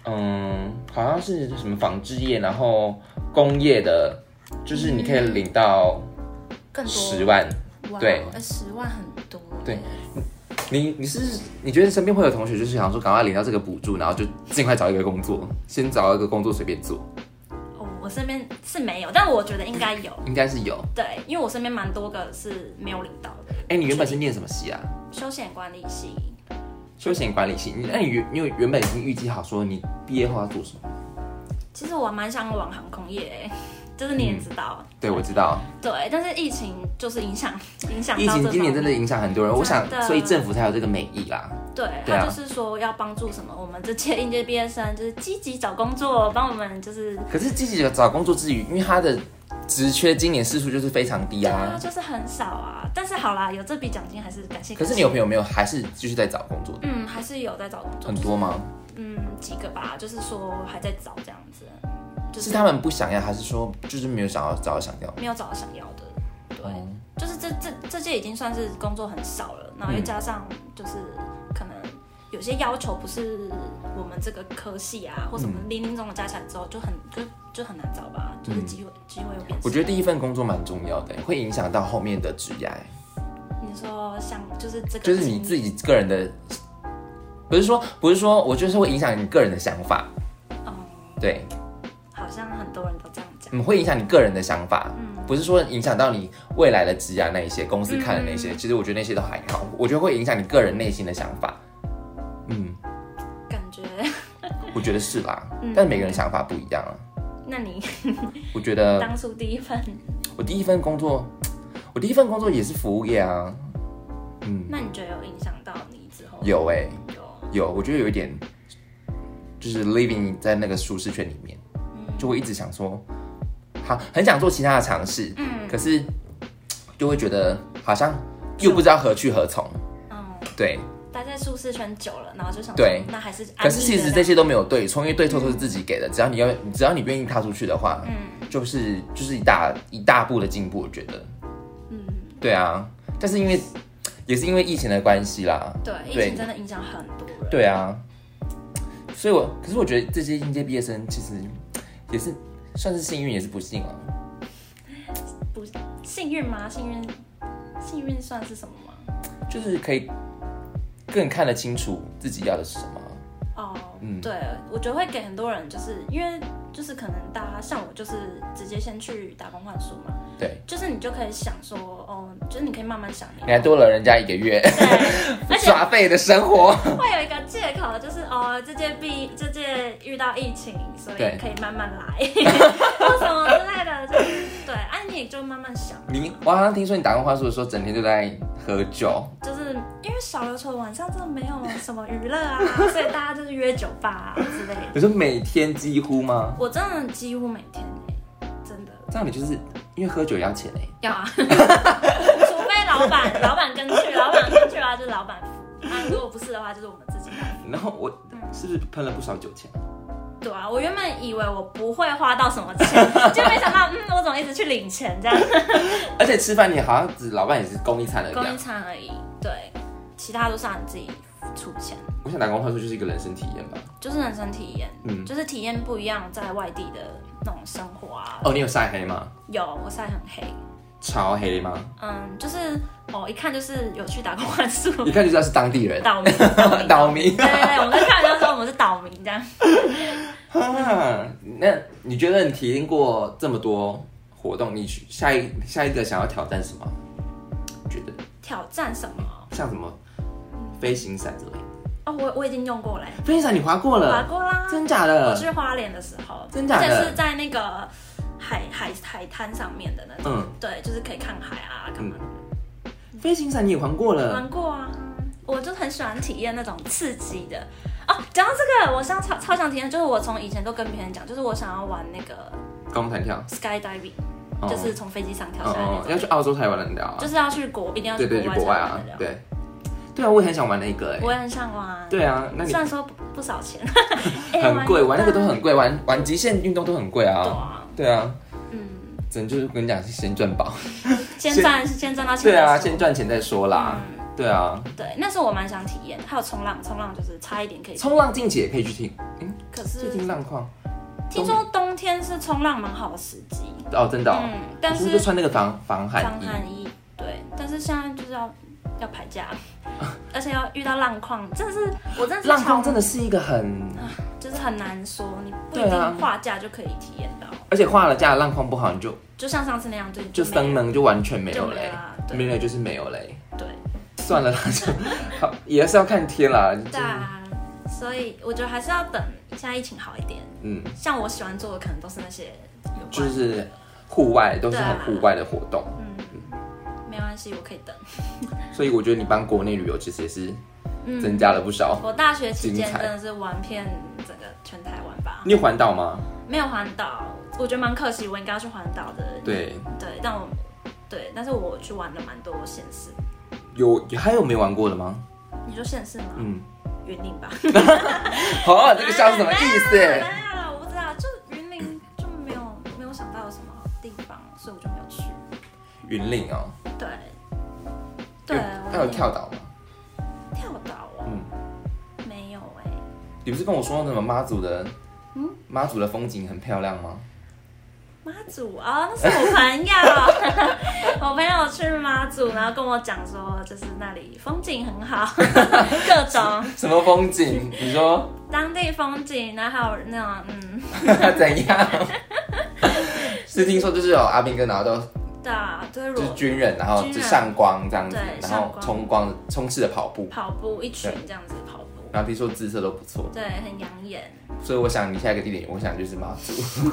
[SPEAKER 1] 嗯，好像是什么纺织业，然后工业的，就是你可以领到
[SPEAKER 2] 更多
[SPEAKER 1] 十万。
[SPEAKER 2] 哇
[SPEAKER 1] 对
[SPEAKER 2] 呃十万很多，欸
[SPEAKER 1] 对，你你是你觉得身边会有同学就是想说赶快领到这个补助，然后就尽快找一个工作，先找一个工作随便做，
[SPEAKER 2] 哦，我身边是没有，但我觉得应该有，
[SPEAKER 1] 应该是有。
[SPEAKER 2] 对，因为我身边蛮多个是没有领到的，
[SPEAKER 1] 哎、你原本是念什么系啊？
[SPEAKER 2] 休闲管理系，
[SPEAKER 1] 休闲管理系，你那你原你有原本已经预计好说你毕业后要做什么？
[SPEAKER 2] 其实我蛮想往航空业、欸，就是你
[SPEAKER 1] 嗯
[SPEAKER 2] 也知道，
[SPEAKER 1] 对，我知道，
[SPEAKER 2] 对，但是疫情就是影响影响到
[SPEAKER 1] 疫
[SPEAKER 2] 这方
[SPEAKER 1] 情
[SPEAKER 2] 面
[SPEAKER 1] 今年真的影响很多人，我想
[SPEAKER 2] 真，的
[SPEAKER 1] 所以政府才有这个美意啦。
[SPEAKER 2] 对，
[SPEAKER 1] 对啊
[SPEAKER 2] 他就是说要帮助什么我们这届应届毕业生，就是积极找工作，帮我们就是
[SPEAKER 1] 可是积极的找工作之余，因为他的职缺今年市数就是非常低
[SPEAKER 2] 对
[SPEAKER 1] 啊。
[SPEAKER 2] 啊，就是很少啊。但是好啦，有这笔奖金还是感谢。
[SPEAKER 1] 可是你有朋友没有还是继续在找工作？
[SPEAKER 2] 嗯，还是有在找工作，
[SPEAKER 1] 很多吗？
[SPEAKER 2] 就是嗯，几个吧，就是说还在找这样子，就是
[SPEAKER 1] 他们不想要，还是说就是没有想要找到想要？
[SPEAKER 2] 没有找到想要的。对，
[SPEAKER 1] 哦嗯
[SPEAKER 2] 就是这这这届已经算是工作很少了，然后又加上就是可能有些要求不是我们这个科系啊或什么
[SPEAKER 1] 嗯
[SPEAKER 2] 零零总总加起来之后就很就就很难找吧，就是机会机会有变少。
[SPEAKER 1] 我觉得第一份工作蛮重要的，会影响到后面的职业，
[SPEAKER 2] 你说像就是这个
[SPEAKER 1] 就是你
[SPEAKER 2] 经历
[SPEAKER 1] 自己个人的，不是说不是说我就是会影响你个人的想法，
[SPEAKER 2] 嗯，
[SPEAKER 1] 对，
[SPEAKER 2] 好像很多人都这样讲。
[SPEAKER 1] 嗯，会影响你个人的想法，不是说影响到你未来的职业啊那一些公司看的那些，其实我觉得那些都还好，我觉得会影响你个人内心的想法，嗯，
[SPEAKER 2] 感觉，
[SPEAKER 1] 我觉得是啦，
[SPEAKER 2] 嗯
[SPEAKER 1] 但每个人想法不一样啊，
[SPEAKER 2] 那你
[SPEAKER 1] 我觉得
[SPEAKER 2] 当初第一份，
[SPEAKER 1] 我第一份工作，我第一份工作也是服务业啊，嗯，
[SPEAKER 2] 那你觉得有影响到你之后？
[SPEAKER 1] 有哎、
[SPEAKER 2] 有，
[SPEAKER 1] 有，我觉得有一点，就是 living 在那个舒适圈里面，
[SPEAKER 2] 嗯
[SPEAKER 1] 就会一直想说，好，很想做其他的尝试，
[SPEAKER 2] 嗯
[SPEAKER 1] 可是就会觉得好像又不知道何去何从，
[SPEAKER 2] 嗯，
[SPEAKER 1] 对。
[SPEAKER 2] 待在舒适圈久了，然后就想说，
[SPEAKER 1] 对
[SPEAKER 2] 那还是安逸的
[SPEAKER 1] 可是其实这些都没有对错，因为对错都是自己给的，只要你要，只要你愿意踏出去的话，
[SPEAKER 2] 嗯
[SPEAKER 1] 就是就是一大一大步的进步，我觉得，
[SPEAKER 2] 嗯，
[SPEAKER 1] 对啊。但是因为也是因为疫情的关系啦，
[SPEAKER 2] 对，疫
[SPEAKER 1] 对
[SPEAKER 2] 情真的影响很多人，
[SPEAKER 1] 对啊，所以我可是我觉得这些应届毕业生其实也是算是幸运，也是不幸啊。
[SPEAKER 2] 不幸运吗？幸运，幸运算是什么吗？
[SPEAKER 1] 就是可以更看得清楚自己要的是什么。
[SPEAKER 2] 哦，
[SPEAKER 1] 嗯
[SPEAKER 2] 对，我觉得会给很多人，就是因为就是可能大家像我，就是直接先去打工换书嘛，
[SPEAKER 1] 对，
[SPEAKER 2] 就是你就可以想说，哦，就是你可以慢慢想，
[SPEAKER 1] 你还多了人家一个月
[SPEAKER 2] 对， 而且
[SPEAKER 1] 耍废的生活。
[SPEAKER 2] 会有一个借口，就是哦，这届毕这届遇到疫情，所以
[SPEAKER 1] 对
[SPEAKER 2] 可以慢慢来，或什么之类的，就是对，啊，你也就慢慢想，
[SPEAKER 1] 你我好像听说你打工话术的时候，整天都在喝酒。
[SPEAKER 2] 就是因为小琉球晚上真的没有什么娱乐啊，所以大家就是约酒吧啊之类的。
[SPEAKER 1] 你说每天几乎吗？
[SPEAKER 2] 我真的几乎每天、欸、真的
[SPEAKER 1] 这样你就是因为喝酒要钱哎、
[SPEAKER 2] 要啊，除非老板老板跟去，老板跟去的话就是老板付，啊，如果不是的话就是我们自己来。
[SPEAKER 1] 然后我是不是喷了不少酒钱？
[SPEAKER 2] 对啊，我原本以为我不会花到什么钱，就没想到，嗯，我怎么一直去领钱这样？
[SPEAKER 1] 而且吃饭你好像只老板也是供一餐而已
[SPEAKER 2] 供
[SPEAKER 1] 啊
[SPEAKER 2] 一。餐而已，对，其他都是按自己出钱，
[SPEAKER 1] 我想打工话术就是一个人生体验吧。
[SPEAKER 2] 就是人生体验，
[SPEAKER 1] 嗯
[SPEAKER 2] 就是体验不一样在外地的那种生活啊。
[SPEAKER 1] 哦，你有晒黑吗？
[SPEAKER 2] 有，我晒很黑，
[SPEAKER 1] 超黑吗？
[SPEAKER 2] 嗯，就是哦，一看就是有去打工换宿，
[SPEAKER 1] 一看就知道是当地人。
[SPEAKER 2] 岛民，
[SPEAKER 1] 岛民
[SPEAKER 2] 对对对，我们在开玩笑说我们是岛民这样。
[SPEAKER 1] 啊，那你觉得你体验过这么多活动，你去下一下一个想要挑战什么？觉得
[SPEAKER 2] 挑战什么？
[SPEAKER 1] 像什么
[SPEAKER 2] 嗯
[SPEAKER 1] 飞行伞之类的？
[SPEAKER 2] 哦，我我已经用过嘞，
[SPEAKER 1] 飞行伞你划过
[SPEAKER 2] 滑
[SPEAKER 1] 了？
[SPEAKER 2] 过啦，
[SPEAKER 1] 真假
[SPEAKER 2] 我
[SPEAKER 1] 的？
[SPEAKER 2] 去花莲的时候，
[SPEAKER 1] 真假的
[SPEAKER 2] 而且是在那个海海海滩上面的那种，
[SPEAKER 1] 嗯，
[SPEAKER 2] 对，就是可以看海啊，干嘛的。
[SPEAKER 1] 飞行伞你也还过了？
[SPEAKER 2] 玩过啊，我就很喜欢体验那种刺激的。哦，讲到这个，我想超超想体验，就是我从以前都跟别人讲，就是我想要玩那个
[SPEAKER 1] 高空弹跳，
[SPEAKER 2] skydiving，、
[SPEAKER 1] 哦
[SPEAKER 2] 就是从飞机上跳
[SPEAKER 1] 哦
[SPEAKER 2] 下来那
[SPEAKER 1] 哦
[SPEAKER 2] 种，，
[SPEAKER 1] 要去澳洲才玩得了啊
[SPEAKER 2] 就。是要去国，一定要
[SPEAKER 1] 对
[SPEAKER 2] 去
[SPEAKER 1] 对，去国
[SPEAKER 2] 外
[SPEAKER 1] 外
[SPEAKER 2] 才
[SPEAKER 1] 啊
[SPEAKER 2] 玩得，了。
[SPEAKER 1] 对。对啊，我也很想玩那个哎、
[SPEAKER 2] 我也很想玩，
[SPEAKER 1] 对啊，那你
[SPEAKER 2] 虽然说不不少钱，哎
[SPEAKER 1] 很贵，玩那个都
[SPEAKER 2] 很
[SPEAKER 1] 很贵，玩玩极限运动都很贵
[SPEAKER 2] 多
[SPEAKER 1] 啊。
[SPEAKER 2] 啊。
[SPEAKER 1] 对啊，
[SPEAKER 2] 嗯，
[SPEAKER 1] 只能就是跟你讲，先赚 宝。
[SPEAKER 2] 先
[SPEAKER 1] 先
[SPEAKER 2] 赚先赚到钱
[SPEAKER 1] 对
[SPEAKER 2] 再
[SPEAKER 1] 啊，
[SPEAKER 2] 说
[SPEAKER 1] 先赚钱再说啦。
[SPEAKER 2] 嗯
[SPEAKER 1] 对啊，
[SPEAKER 2] 对，那时候我蛮想体验的，还有冲浪，冲浪就是差一点可以，
[SPEAKER 1] 冲浪近期也可以去听，
[SPEAKER 2] 可
[SPEAKER 1] 去
[SPEAKER 2] 是
[SPEAKER 1] 听浪况。
[SPEAKER 2] 听说冬天是冲浪蛮好的时机，
[SPEAKER 1] 哦，真的、哦。
[SPEAKER 2] 嗯，但
[SPEAKER 1] 你
[SPEAKER 2] 是
[SPEAKER 1] 就穿那个防防寒
[SPEAKER 2] 防
[SPEAKER 1] 衣，
[SPEAKER 2] 寒衣，对，但是现在就是要要排假， 而且要遇到浪况，真的是我真的是
[SPEAKER 1] 浪况
[SPEAKER 2] 超
[SPEAKER 1] 真的是一个很，
[SPEAKER 2] 就是很难说，你不一
[SPEAKER 1] 对啊
[SPEAKER 2] 定画假就可以体验到，
[SPEAKER 1] 而且化了价浪况不好，你就
[SPEAKER 2] 就像上次那样，对，
[SPEAKER 1] 就
[SPEAKER 2] 就没
[SPEAKER 1] 生能就完全没有
[SPEAKER 2] 就没
[SPEAKER 1] 嘞
[SPEAKER 2] 了啊，对
[SPEAKER 1] 没有就是没有嘞，
[SPEAKER 2] 对
[SPEAKER 1] 算了啦， 就好也是要看天啦，
[SPEAKER 2] 对啊，所以我觉得还是要等现在疫情好一点，
[SPEAKER 1] 嗯，
[SPEAKER 2] 像我喜欢做的可能都是那些有关，
[SPEAKER 1] 就是户外都是
[SPEAKER 2] 对啊
[SPEAKER 1] 很户外的活动，
[SPEAKER 2] 嗯，没关系，我可以等，
[SPEAKER 1] 所以我觉得你帮国内旅游其实也是增
[SPEAKER 2] 嗯，
[SPEAKER 1] 加了不少。
[SPEAKER 2] 我大学期间
[SPEAKER 1] 精彩
[SPEAKER 2] 真的是玩遍整个全台湾吧，
[SPEAKER 1] 你有环岛吗？
[SPEAKER 2] 没有环岛，我觉得蛮可惜，我应该要去环岛的，
[SPEAKER 1] 对，
[SPEAKER 2] 对，但我对，但是我去玩了蛮多县市。
[SPEAKER 1] 有还有没玩过的吗？
[SPEAKER 2] 你说县市吗？
[SPEAKER 1] 嗯，
[SPEAKER 2] 云林 吧。
[SPEAKER 1] 好，哦这个笑是什么意
[SPEAKER 2] 没有
[SPEAKER 1] 思？
[SPEAKER 2] 啦，我不知道，就云林就没有没有想到有什么地方，所以我就没有去。
[SPEAKER 1] 云岭哦，
[SPEAKER 2] 对，对，
[SPEAKER 1] 那
[SPEAKER 2] 我
[SPEAKER 1] 有跳岛吗？
[SPEAKER 2] 跳岛哦。
[SPEAKER 1] 嗯
[SPEAKER 2] 嗯，
[SPEAKER 1] 你不是跟我说什么妈祖的，
[SPEAKER 2] 嗯
[SPEAKER 1] 妈祖的风景很漂亮吗？
[SPEAKER 2] 妈祖啊、那是我朋友，我朋友 去妈祖，然后跟我讲说，就是那里风景很好， 各种
[SPEAKER 1] 什么风景？你说
[SPEAKER 2] 当地风景，然后还有那种嗯，
[SPEAKER 1] 怎样？是听说就是有阿兵哥，然后都
[SPEAKER 2] 对啊，就是
[SPEAKER 1] 就是
[SPEAKER 2] 裸
[SPEAKER 1] 军人，然后
[SPEAKER 2] 军人
[SPEAKER 1] 就上光这样子
[SPEAKER 2] 对，
[SPEAKER 1] 然
[SPEAKER 2] 上
[SPEAKER 1] 后
[SPEAKER 2] 光
[SPEAKER 1] 冲光冲刺的跑步，
[SPEAKER 2] 跑步一群这样子跑步，
[SPEAKER 1] 然后听说姿色都不错，
[SPEAKER 2] 对，很养眼。
[SPEAKER 1] 所以我想你下一个地点，我想就是妈祖。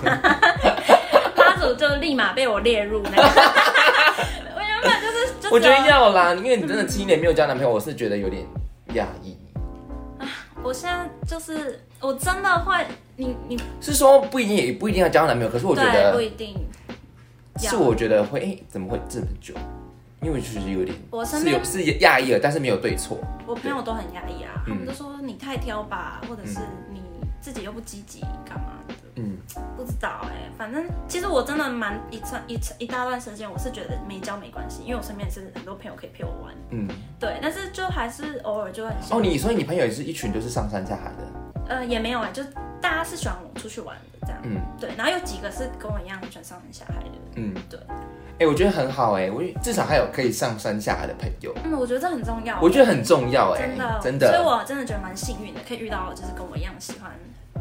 [SPEAKER 2] 妈祖就立马被我列入那个， 我原本就是就只有
[SPEAKER 1] 我觉得要啦，因为你真的七年没有交男朋友，我是觉得有点讶异。
[SPEAKER 2] 我现在就是我真的会，你你
[SPEAKER 1] 是说不一定也不一定要交男朋友，可是我觉
[SPEAKER 2] 对不
[SPEAKER 1] 得
[SPEAKER 2] 一定要
[SPEAKER 1] 是我觉得会，哎、怎么会这么久？因为确实有点，
[SPEAKER 2] 我身
[SPEAKER 1] 是
[SPEAKER 2] 边
[SPEAKER 1] 有是讶异了，但是没有对错。
[SPEAKER 2] 我朋友都很压抑啊，
[SPEAKER 1] 嗯
[SPEAKER 2] 他们都说你太挑吧，或者是你自己又不积极，干嘛的？
[SPEAKER 1] 嗯，
[SPEAKER 2] 不知道哎、反正其实我真的蛮一串一串一大段时间，我是觉得没交没关系，因为我身边也是很多朋友可以陪我玩，
[SPEAKER 1] 嗯，
[SPEAKER 2] 对，但是就还是偶尔就很想
[SPEAKER 1] 哦，你所以你朋友也是一群就是上山下海的，
[SPEAKER 2] 呃也没有啊、就大家是喜欢我出去玩的这样，
[SPEAKER 1] 嗯
[SPEAKER 2] 对，然后有几个是跟我一样很喜欢上山下海的，
[SPEAKER 1] 嗯，
[SPEAKER 2] 对，
[SPEAKER 1] 哎、我觉得很好哎、我至少还有可以上山下海的朋友，
[SPEAKER 2] 嗯，我觉得这很重要，欸
[SPEAKER 1] 我觉得很重要哎、
[SPEAKER 2] 真的
[SPEAKER 1] 真
[SPEAKER 2] 所以
[SPEAKER 1] 的，
[SPEAKER 2] 我真的觉得蛮幸运的，可以遇到就是跟我一样喜欢，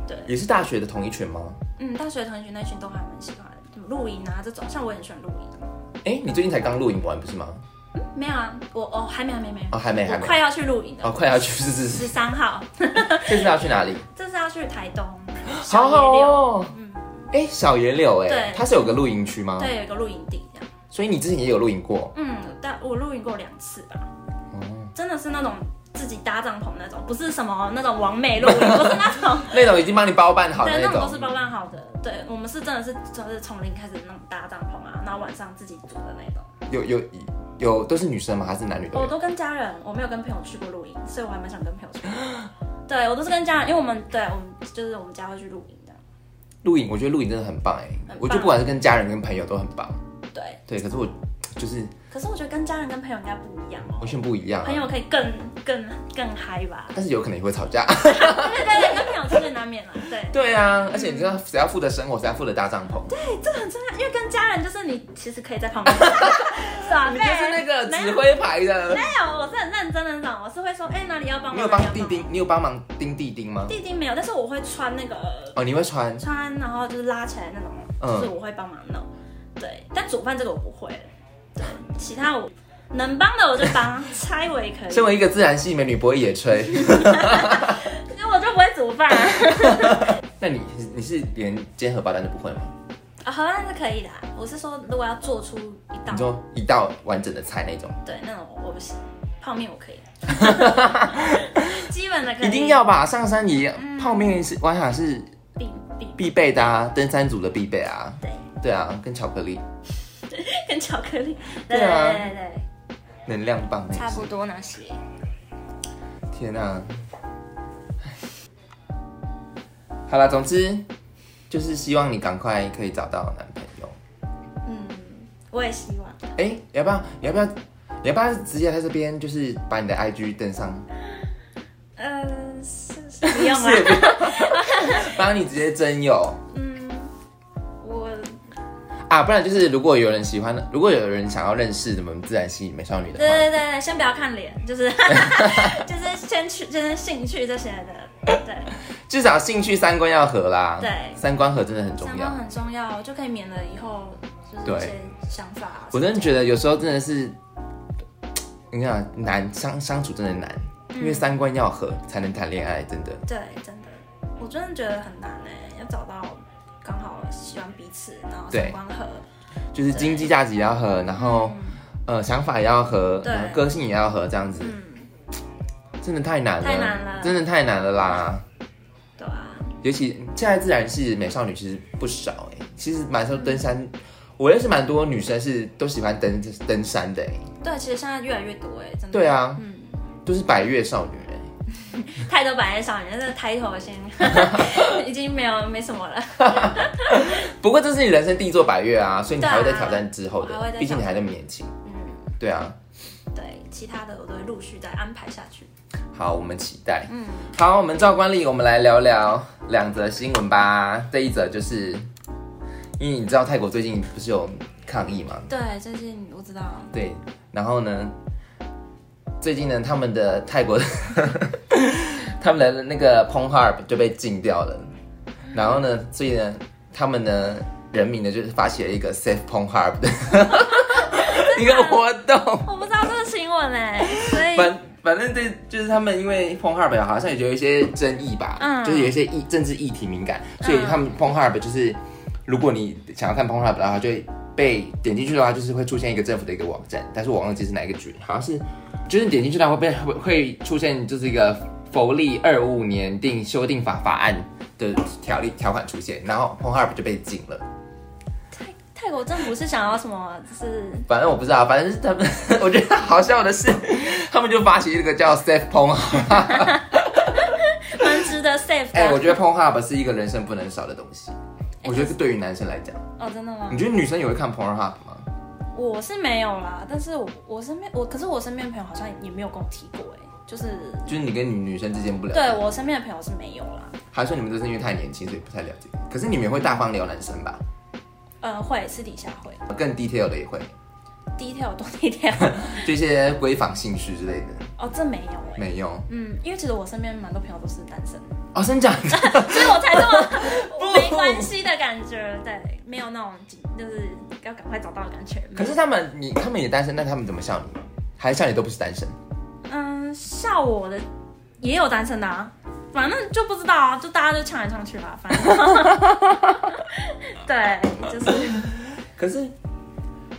[SPEAKER 2] 对，
[SPEAKER 1] 也是大学的同一群吗？
[SPEAKER 2] 嗯，大学同学那群都还蛮喜欢的，什么露营啊这种，像我也很喜欢露营。
[SPEAKER 1] 哎、你最近才刚露营完不是吗？
[SPEAKER 2] 嗯没有啊，我哦还没还没没，
[SPEAKER 1] 哦，还没还
[SPEAKER 2] 我
[SPEAKER 1] 没，
[SPEAKER 2] 快要去露营了
[SPEAKER 1] 哦，，快要去，是是是，
[SPEAKER 2] 十三号，
[SPEAKER 1] 这次要去哪里？
[SPEAKER 2] 这是要去台东，
[SPEAKER 1] 好好
[SPEAKER 2] 小野柳，
[SPEAKER 1] 哦。
[SPEAKER 2] 嗯，
[SPEAKER 1] 哎、小野柳、哎
[SPEAKER 2] 对，
[SPEAKER 1] 它是有个露营区吗？，
[SPEAKER 2] 对，有一个露营地这样，
[SPEAKER 1] 所以你之前也有露营过。
[SPEAKER 2] 嗯，但我露营过两次吧，
[SPEAKER 1] 哦
[SPEAKER 2] 真的是那种自己搭帐篷那种，不是什么那种完美露营，不是那种，
[SPEAKER 1] 那种已经帮你包办 好的
[SPEAKER 2] 对，那
[SPEAKER 1] 种，
[SPEAKER 2] 种都是包办好的，对我们是真的是就是从零开始那种搭帐篷啊，然后晚上自己煮的那种。
[SPEAKER 1] 有有有都是女生吗？还是男女都
[SPEAKER 2] 我
[SPEAKER 1] 有？
[SPEAKER 2] 都跟家人，我没有跟朋友去过露营，所以我还蛮想跟朋友 去的。对我都是跟家人，因为我们对我们就是我们家会去露营的。
[SPEAKER 1] 露营，我觉得露营真的很棒哎、
[SPEAKER 2] 很棒
[SPEAKER 1] 我觉得不管是跟家人跟朋友都很棒。
[SPEAKER 2] 对，
[SPEAKER 1] 对，可是我就是
[SPEAKER 2] 可是我觉得跟家人跟朋友应该不一样哦
[SPEAKER 1] 完，全不一样、啊。
[SPEAKER 2] 朋，友可以更更更嗨吧
[SPEAKER 1] 但是有可能也会吵架。
[SPEAKER 2] 对对对，跟朋友出去难免了。对，
[SPEAKER 1] 对啊，而且你知道谁要负责生活，谁要负责搭帐篷？
[SPEAKER 2] 很重要，因为跟家人就是你其实可以在旁边 耍
[SPEAKER 1] 你
[SPEAKER 2] 废，
[SPEAKER 1] 就是那个
[SPEAKER 2] 没
[SPEAKER 1] 指
[SPEAKER 2] 有
[SPEAKER 1] 挥牌的
[SPEAKER 2] 没。有，我是很认真的那种，我是会说，哎、哪里要帮忙？
[SPEAKER 1] 你有
[SPEAKER 2] 哪
[SPEAKER 1] 帮
[SPEAKER 2] 里要
[SPEAKER 1] 弟
[SPEAKER 2] 忙
[SPEAKER 1] 丁，你有帮忙钉弟丁吗？
[SPEAKER 2] 弟弟没有，但是我会穿那个
[SPEAKER 1] 哦，你会穿
[SPEAKER 2] 穿，然后就是拉起来那种，
[SPEAKER 1] 嗯
[SPEAKER 2] 就是我会帮忙弄。对，但煮饭这个我不会。对，其他我能帮的我就帮，拆我也可以。
[SPEAKER 1] 身为一个自然系美女，不会野炊。
[SPEAKER 2] 因为我就不会煮饭 啊，
[SPEAKER 1] 那你你是连煎荷包蛋都不会吗？
[SPEAKER 2] 啊好像是可以的啊。我是说，如果要做出一
[SPEAKER 1] 你
[SPEAKER 2] 道，
[SPEAKER 1] 说一道完整的菜那种，
[SPEAKER 2] 对那种我不行，泡面 我可以，基本的可以。
[SPEAKER 1] 一定要吧？上山也泡面是，我想是
[SPEAKER 2] 必必
[SPEAKER 1] 必备的啊，登山族的必备啊。
[SPEAKER 2] 对，
[SPEAKER 1] 对啊，跟巧克力、
[SPEAKER 2] 跟巧克力，对
[SPEAKER 1] 对
[SPEAKER 2] 对
[SPEAKER 1] 啊
[SPEAKER 2] 对对，
[SPEAKER 1] 能量棒那
[SPEAKER 2] 差
[SPEAKER 1] 些
[SPEAKER 2] 不。多那些。
[SPEAKER 1] 天啊！唉好啦，总之就是希望你赶快可以找到男朋友。
[SPEAKER 2] 嗯，我也希望。
[SPEAKER 1] 哎、你要不要？你要不要？你要不要直接在这边就是把你的 IG 登上？
[SPEAKER 2] 呃，是是 不用
[SPEAKER 1] 是
[SPEAKER 2] 了。
[SPEAKER 1] 帮你直接征友。
[SPEAKER 2] 嗯，我
[SPEAKER 1] 啊，不然就是如果有人喜欢，如果有人想要认识我们自然系美少女的
[SPEAKER 2] 对
[SPEAKER 1] 话，
[SPEAKER 2] 对对，对，先不要看脸，就是 就是先去，就是兴趣这些的，对，
[SPEAKER 1] 至少兴趣三观要合啦。
[SPEAKER 2] 对
[SPEAKER 1] 三观合真的很重
[SPEAKER 2] 三观
[SPEAKER 1] 要。
[SPEAKER 2] 很重要，就可以免了以后就是
[SPEAKER 1] 对
[SPEAKER 2] 一些想法啊。
[SPEAKER 1] 我真的觉得有时候真的是，你看啊难相相处真的难，
[SPEAKER 2] 嗯
[SPEAKER 1] 因为三观要合才能谈恋爱，真的。
[SPEAKER 2] 对，真的，我真的觉得很难哎，要找到刚好喜欢彼此，然后
[SPEAKER 1] 对
[SPEAKER 2] 三观合，
[SPEAKER 1] 就是经济价值也要合，然后、呃想法也要合，
[SPEAKER 2] 嗯对
[SPEAKER 1] 然后个性也要合，这样子
[SPEAKER 2] 嗯，
[SPEAKER 1] 真的太难了，
[SPEAKER 2] 太难了
[SPEAKER 1] 真的太难了啦。
[SPEAKER 2] 对啊，
[SPEAKER 1] 尤其现在自然系美少女其实不少哎、其实蛮多登
[SPEAKER 2] 嗯
[SPEAKER 1] 山，我认识蛮多女生是都喜欢登登山的哎、
[SPEAKER 2] 对，啊其实现在越来越多哎，真的，
[SPEAKER 1] 对，啊，
[SPEAKER 2] 嗯，
[SPEAKER 1] 都是百越少女哎、
[SPEAKER 2] 太多白人少年，真的 title 先 已经没有没什么了，
[SPEAKER 1] 不过这是你人生第一座百越啊，所以你
[SPEAKER 2] 对啊
[SPEAKER 1] 还会再挑战之后的
[SPEAKER 2] 我还会再，挑
[SPEAKER 1] 毕竟你还那么年轻。
[SPEAKER 2] 嗯，
[SPEAKER 1] 对啊，
[SPEAKER 2] 对，其他的我都会陆续再安排下去。
[SPEAKER 1] 好，我们期待。嗯，好，我们照惯例，我们来聊聊两则新闻吧。这一则就是，因为你知道泰国最近不是有抗议嘛？
[SPEAKER 2] 对，最近我知道，
[SPEAKER 1] 对，然后呢，最近呢，他们的 泰国，他们的那个 p o n h u b 就被禁掉了。然后呢，所以呢，他们呢，人民呢就是发起了一个 Safe p o n h u b 的一个活动。
[SPEAKER 2] 我不知道这个新闻哎，所以
[SPEAKER 1] 反反正这就是他们，因为 p o n h u b 好像也有一些争议吧，
[SPEAKER 2] 嗯
[SPEAKER 1] 就是有一些议政治议题敏感，所以他们 p o n h u b 就是，如果你想要看 p o n h u b 的话，就会被点进去的话，就是会出现一个政府的一个网站，但是我忘记是哪一个局，好像是，就是你点进去的话会被会会出现就是一个佛历二五年定修订法法案的条例条款出现，然后 p o n h u b 就被禁了。
[SPEAKER 2] 泰泰国政府是想要什么？就是
[SPEAKER 1] 反正我不知道，反正是他们，我觉得好笑的是，他们就发起一个叫 Safe p o n h u b
[SPEAKER 2] 蛮值得 safe 的。
[SPEAKER 1] 哎、我觉得 Pornhub 是一个人生不能少的东西。
[SPEAKER 2] 哎
[SPEAKER 1] 我觉得对于男生来讲，
[SPEAKER 2] 哦，真的吗？
[SPEAKER 1] 你觉得女生也会看 Pornhub 吗？
[SPEAKER 2] 我是没有啦，但是我我身边我，可是我身边的朋友好像也没有跟我提过哎、就是
[SPEAKER 1] 就是你跟女女生之间不了
[SPEAKER 2] 对啊
[SPEAKER 1] 解，
[SPEAKER 2] 我身边的朋友是没有啦，
[SPEAKER 1] 还是说你们都是因为太年轻，所以不太了解？可是你们也会大方聊男生吧？
[SPEAKER 2] 呃，会私底下会
[SPEAKER 1] 更 detail 的也会，
[SPEAKER 2] detail 多 detail
[SPEAKER 1] 就一些闺房性事之类的，
[SPEAKER 2] 哦，这没有哎、
[SPEAKER 1] 没用
[SPEAKER 2] 嗯，因为其实我身边蛮多朋友都是单身，
[SPEAKER 1] 哦，真假的？
[SPEAKER 2] 所以我才这么没关系的感觉，对，没有那种紧就是要赶快找到的感觉。
[SPEAKER 1] 可是他们，你他们也单身，但他们怎么笑你？还是笑你都不是单身？
[SPEAKER 2] 嗯，笑我的也有单身的啊，反正就不知道啊，就大家就呛来呛去吧，反正对，就是。
[SPEAKER 1] 可是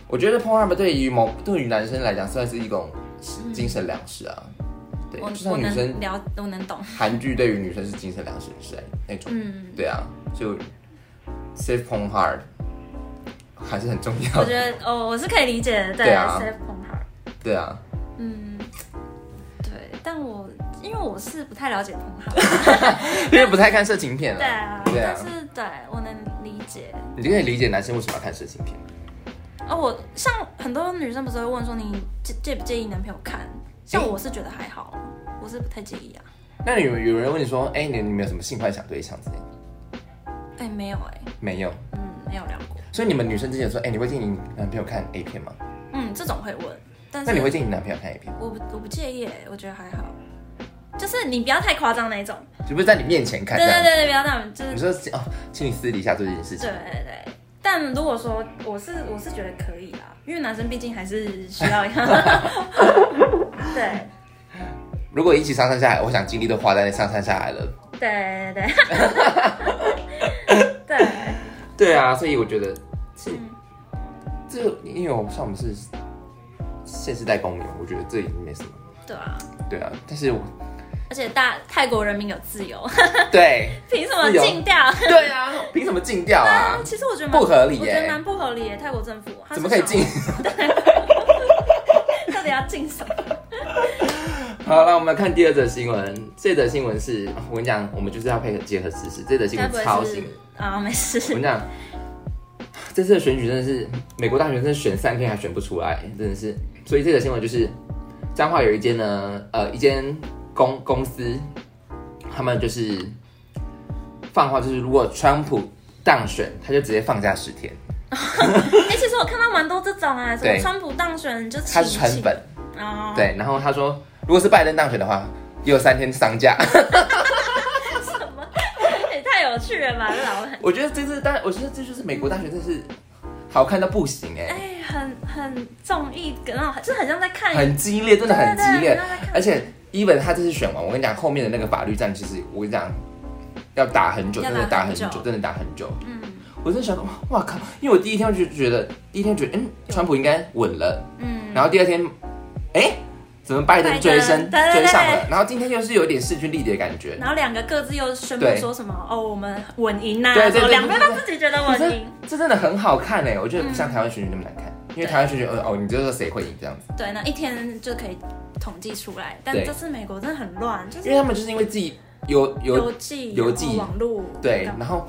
[SPEAKER 1] 我觉得 Pornhub 对于某对于男生来讲，算是一种精神粮食啊。对，
[SPEAKER 2] 我
[SPEAKER 1] 就
[SPEAKER 2] 我
[SPEAKER 1] 像女生
[SPEAKER 2] 能聊，我能懂。
[SPEAKER 1] 韩剧对于女生是精神粮食之类那种。
[SPEAKER 2] 嗯，
[SPEAKER 1] 对啊，就 safe home hard 还是很重要
[SPEAKER 2] 我觉
[SPEAKER 1] 的。
[SPEAKER 2] 得哦，我是可以理解的。对
[SPEAKER 1] 对啊
[SPEAKER 2] s a f e from her。
[SPEAKER 1] 对啊，
[SPEAKER 2] 嗯，对，但我因为我是不太了解 from her，
[SPEAKER 1] 因为不太看色情片
[SPEAKER 2] 对
[SPEAKER 1] 了，
[SPEAKER 2] 啊，
[SPEAKER 1] 对啊
[SPEAKER 2] 但是对我能理解。
[SPEAKER 1] 你就可以理解男生为什么要看色情片。
[SPEAKER 2] 哦，我像很多女生不是会问说你介介不介意男朋友看？像我是觉得还好，我是不太介意啊。
[SPEAKER 1] 那有有人问你说，哎、你你们有什么性幻想对象之类的？
[SPEAKER 2] 哎，没有哎，
[SPEAKER 1] 没有，
[SPEAKER 2] 嗯，没有聊过。
[SPEAKER 1] 所以你们女生之前说，哎、你会建议你男朋友看 A 片吗？
[SPEAKER 2] 嗯，这种会问，但是
[SPEAKER 1] 那你会建议你男朋友看 A 片？
[SPEAKER 2] 我不我不介意哎，我觉得还好。就是你不要太夸张那一种，
[SPEAKER 1] 就不是在你面前看
[SPEAKER 2] 对
[SPEAKER 1] 这
[SPEAKER 2] 对
[SPEAKER 1] 样？
[SPEAKER 2] 对对，不要那种，就是
[SPEAKER 1] 你说哦，请你私底下做这件事情
[SPEAKER 2] 对。对对，但如果说我是我是觉得可以啦，因为男生毕竟还是需要 一样。对
[SPEAKER 1] 如果一起上山下海，我想精力都花在那上山下海了。
[SPEAKER 2] 对 对对，对，
[SPEAKER 1] 对啊，所以我觉得是
[SPEAKER 2] 嗯
[SPEAKER 1] 这，因为我像我们是现世代公民，我觉得这已经没什么。
[SPEAKER 2] 对啊！
[SPEAKER 1] 对啊，但是我
[SPEAKER 2] 而且大泰国人民有 自由，
[SPEAKER 1] 对
[SPEAKER 2] 凭什么禁掉？
[SPEAKER 1] 对啊，凭什么禁掉啊？
[SPEAKER 2] 其实我觉得蛮
[SPEAKER 1] 不合理
[SPEAKER 2] 我
[SPEAKER 1] 耶、
[SPEAKER 2] 觉得蛮不合理耶，泰国政府？
[SPEAKER 1] 怎么可以禁？
[SPEAKER 2] 到底要禁什么？
[SPEAKER 1] 好了，我们来看第二则新闻。这则新闻是我跟你讲，我们就是要配合结合事实。这则新
[SPEAKER 2] 该
[SPEAKER 1] 闻
[SPEAKER 2] 不
[SPEAKER 1] 超
[SPEAKER 2] 会
[SPEAKER 1] 新
[SPEAKER 2] 是
[SPEAKER 1] 闻，
[SPEAKER 2] 啊？没
[SPEAKER 1] 我跟
[SPEAKER 2] 事，
[SPEAKER 1] 你讲，这次的选举真的是美国大选，真的选三天还选不出来，真的是。所以这则新闻就是，彰化有一间呢，呃，一间公公司，他们就是放话，就是如果川普当选，他就直接放假十天，
[SPEAKER 2] 哎，其实我看到蛮多这种啊，什么
[SPEAKER 1] 对
[SPEAKER 2] 川普当选就
[SPEAKER 1] 他是川
[SPEAKER 2] 请
[SPEAKER 1] 粉。
[SPEAKER 2] 哦，，
[SPEAKER 1] 对，然后他说，如果是拜登当选的话，也有三天上 架。
[SPEAKER 2] 什么？也太有趣了吧，这老板。
[SPEAKER 1] 我觉得这次大，我觉得这就是美国大学，真是好看到不行哎、
[SPEAKER 2] 哎，很很综艺，然后就是很像在看，
[SPEAKER 1] 很激烈，真的很激
[SPEAKER 2] 哎对对对
[SPEAKER 1] 烈
[SPEAKER 2] 很像在看。
[SPEAKER 1] 而且 even 他这次选完，我跟你讲，后面的那个法律战，其实我跟你讲，要打很久，
[SPEAKER 2] 要
[SPEAKER 1] 真
[SPEAKER 2] 打
[SPEAKER 1] 的打
[SPEAKER 2] 很
[SPEAKER 1] 很久
[SPEAKER 2] 久，
[SPEAKER 1] 真的打很久。
[SPEAKER 2] 嗯
[SPEAKER 1] 我真的想说，哇哇靠！因为我第一天就觉得，第一天觉得，嗯，川普应该稳了，
[SPEAKER 2] 嗯，
[SPEAKER 1] 然后第二天，哎，怎么拜
[SPEAKER 2] 拜
[SPEAKER 1] 登
[SPEAKER 2] 登
[SPEAKER 1] 追升
[SPEAKER 2] 对对对
[SPEAKER 1] 追上了？然后今天又是有点势均力敌的感觉。
[SPEAKER 2] 然后两个各自又宣布
[SPEAKER 1] 对
[SPEAKER 2] 说什么哦，我们稳赢呐，
[SPEAKER 1] 对对对
[SPEAKER 2] 什么两
[SPEAKER 1] 对
[SPEAKER 2] 边
[SPEAKER 1] 对
[SPEAKER 2] 都自己觉得
[SPEAKER 1] 可
[SPEAKER 2] 稳
[SPEAKER 1] 是
[SPEAKER 2] 赢，
[SPEAKER 1] 这真的很好看哎，我觉得不
[SPEAKER 2] 嗯
[SPEAKER 1] 像台湾选举那么难看，因为台湾选举，呃哦，你知道谁会赢这样子。
[SPEAKER 2] 对，那一天就可以统计出来。但
[SPEAKER 1] 对
[SPEAKER 2] 这次美国真的很乱，就
[SPEAKER 1] 因
[SPEAKER 2] 是
[SPEAKER 1] 为他们就是因为自己有有
[SPEAKER 2] 邮寄、
[SPEAKER 1] 邮寄
[SPEAKER 2] 然后网络，
[SPEAKER 1] 对
[SPEAKER 2] 然，后
[SPEAKER 1] 然后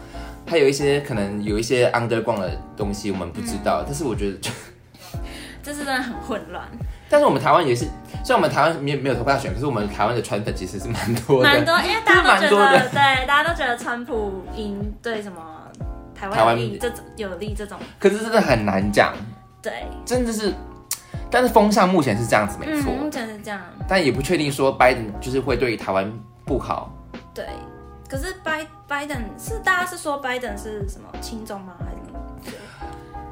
[SPEAKER 1] 还有一些可能有一些
[SPEAKER 2] 嗯
[SPEAKER 1] underground 的东西我们不知道，但是我觉得就
[SPEAKER 2] 这次真的很混乱。
[SPEAKER 1] 但是我们台湾也是，虽然我们台湾没有没有投票选，可是我们台湾的川粉其实是蛮多的，
[SPEAKER 2] 蛮多，因为大家
[SPEAKER 1] 真的
[SPEAKER 2] 都觉
[SPEAKER 1] 蛮多的
[SPEAKER 2] 得对，大家都觉得川普赢对什么台
[SPEAKER 1] 台湾
[SPEAKER 2] 湾有利这种有利这种，
[SPEAKER 1] 可是真的很难讲，
[SPEAKER 2] 对，
[SPEAKER 1] 真的是。但是风向目前是这样子，没
[SPEAKER 2] 嗯，
[SPEAKER 1] 错，
[SPEAKER 2] 目前是这样，
[SPEAKER 1] 但也不确定说拜登就是会对台湾不好。
[SPEAKER 2] 对。可是拜拜登是大家是说拜登是什么亲中吗？还是什么？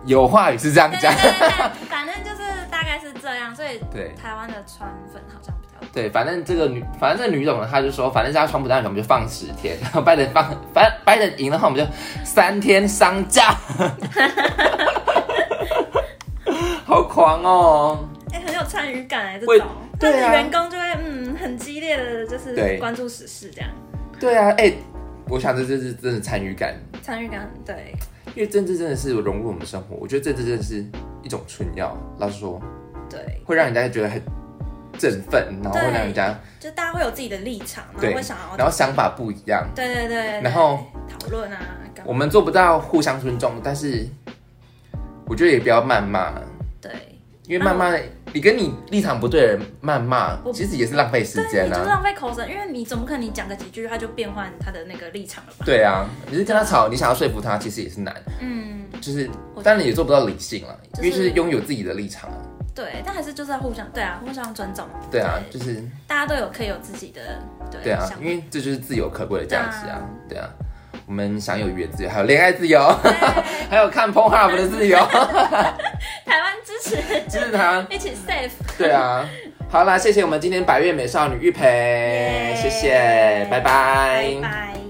[SPEAKER 1] 有话也是这样
[SPEAKER 2] 对对
[SPEAKER 1] 讲，
[SPEAKER 2] 对对，对 反正就是大概是这样，所以
[SPEAKER 1] 对
[SPEAKER 2] 台湾的川粉好像比较多。
[SPEAKER 1] 对，反正这个女，反正这个女总呢，她就说，反正她川普当选，我们就放十天，然后拜登放，反正拜登赢的话，我们就三天丧假，好狂哦！
[SPEAKER 2] 哎、很有参与感哎、这
[SPEAKER 1] 会
[SPEAKER 2] 种，
[SPEAKER 1] 对
[SPEAKER 2] 但是
[SPEAKER 1] 啊
[SPEAKER 2] 员工就会嗯很激烈的，就是
[SPEAKER 1] 对
[SPEAKER 2] 关注时事这样，
[SPEAKER 1] 对啊，哎、我想这就是真的参与感，
[SPEAKER 2] 参与感对，
[SPEAKER 1] 因为政治真的是融入我们生活，我觉得政治真的是一种春药，老实说，
[SPEAKER 2] 对，
[SPEAKER 1] 会让人家觉得很振奋，然后会让人家
[SPEAKER 2] 就大家会有自己的立场，然
[SPEAKER 1] 对
[SPEAKER 2] 后会想要，
[SPEAKER 1] 然后想法不一样。
[SPEAKER 2] 对对对对，
[SPEAKER 1] 然后
[SPEAKER 2] 讨论啊，干嘛
[SPEAKER 1] 我们做不到互相尊重，但是我觉得也不要谩骂，
[SPEAKER 2] 对，
[SPEAKER 1] 因为谩骂、你跟你立场不对的人谩骂，
[SPEAKER 2] 我
[SPEAKER 1] 其实也是浪费时
[SPEAKER 2] 对，
[SPEAKER 1] 间
[SPEAKER 2] 你就是
[SPEAKER 1] 啊。
[SPEAKER 2] 浪费口舌，因为你怎么可能你讲个几句他就变换他的那个立场了吧？
[SPEAKER 1] 对啊，你是跟他吵，你想要说服他，其实也是难，
[SPEAKER 2] 嗯，
[SPEAKER 1] 就是
[SPEAKER 2] 我
[SPEAKER 1] 当然也做不到理性了，因
[SPEAKER 2] 就是
[SPEAKER 1] 为就是拥有自己的立场啊。
[SPEAKER 2] 对，但还是就是要互相对啊，互相尊重，
[SPEAKER 1] 对啊，就是
[SPEAKER 2] 大家都有可以有自己的对
[SPEAKER 1] 对啊
[SPEAKER 2] 想，法
[SPEAKER 1] 因为这就是自由可贵的价值啊。对啊，我们享有语言自由，还有恋爱自由， 还有看 p o n h u b 的自由，
[SPEAKER 2] 台湾支持，
[SPEAKER 1] 就是他。
[SPEAKER 2] 一起 safe。
[SPEAKER 1] 对啊，好啦，谢谢我们今天百月美少女玉培
[SPEAKER 2] 耶
[SPEAKER 1] 谢谢，拜拜
[SPEAKER 2] 拜拜。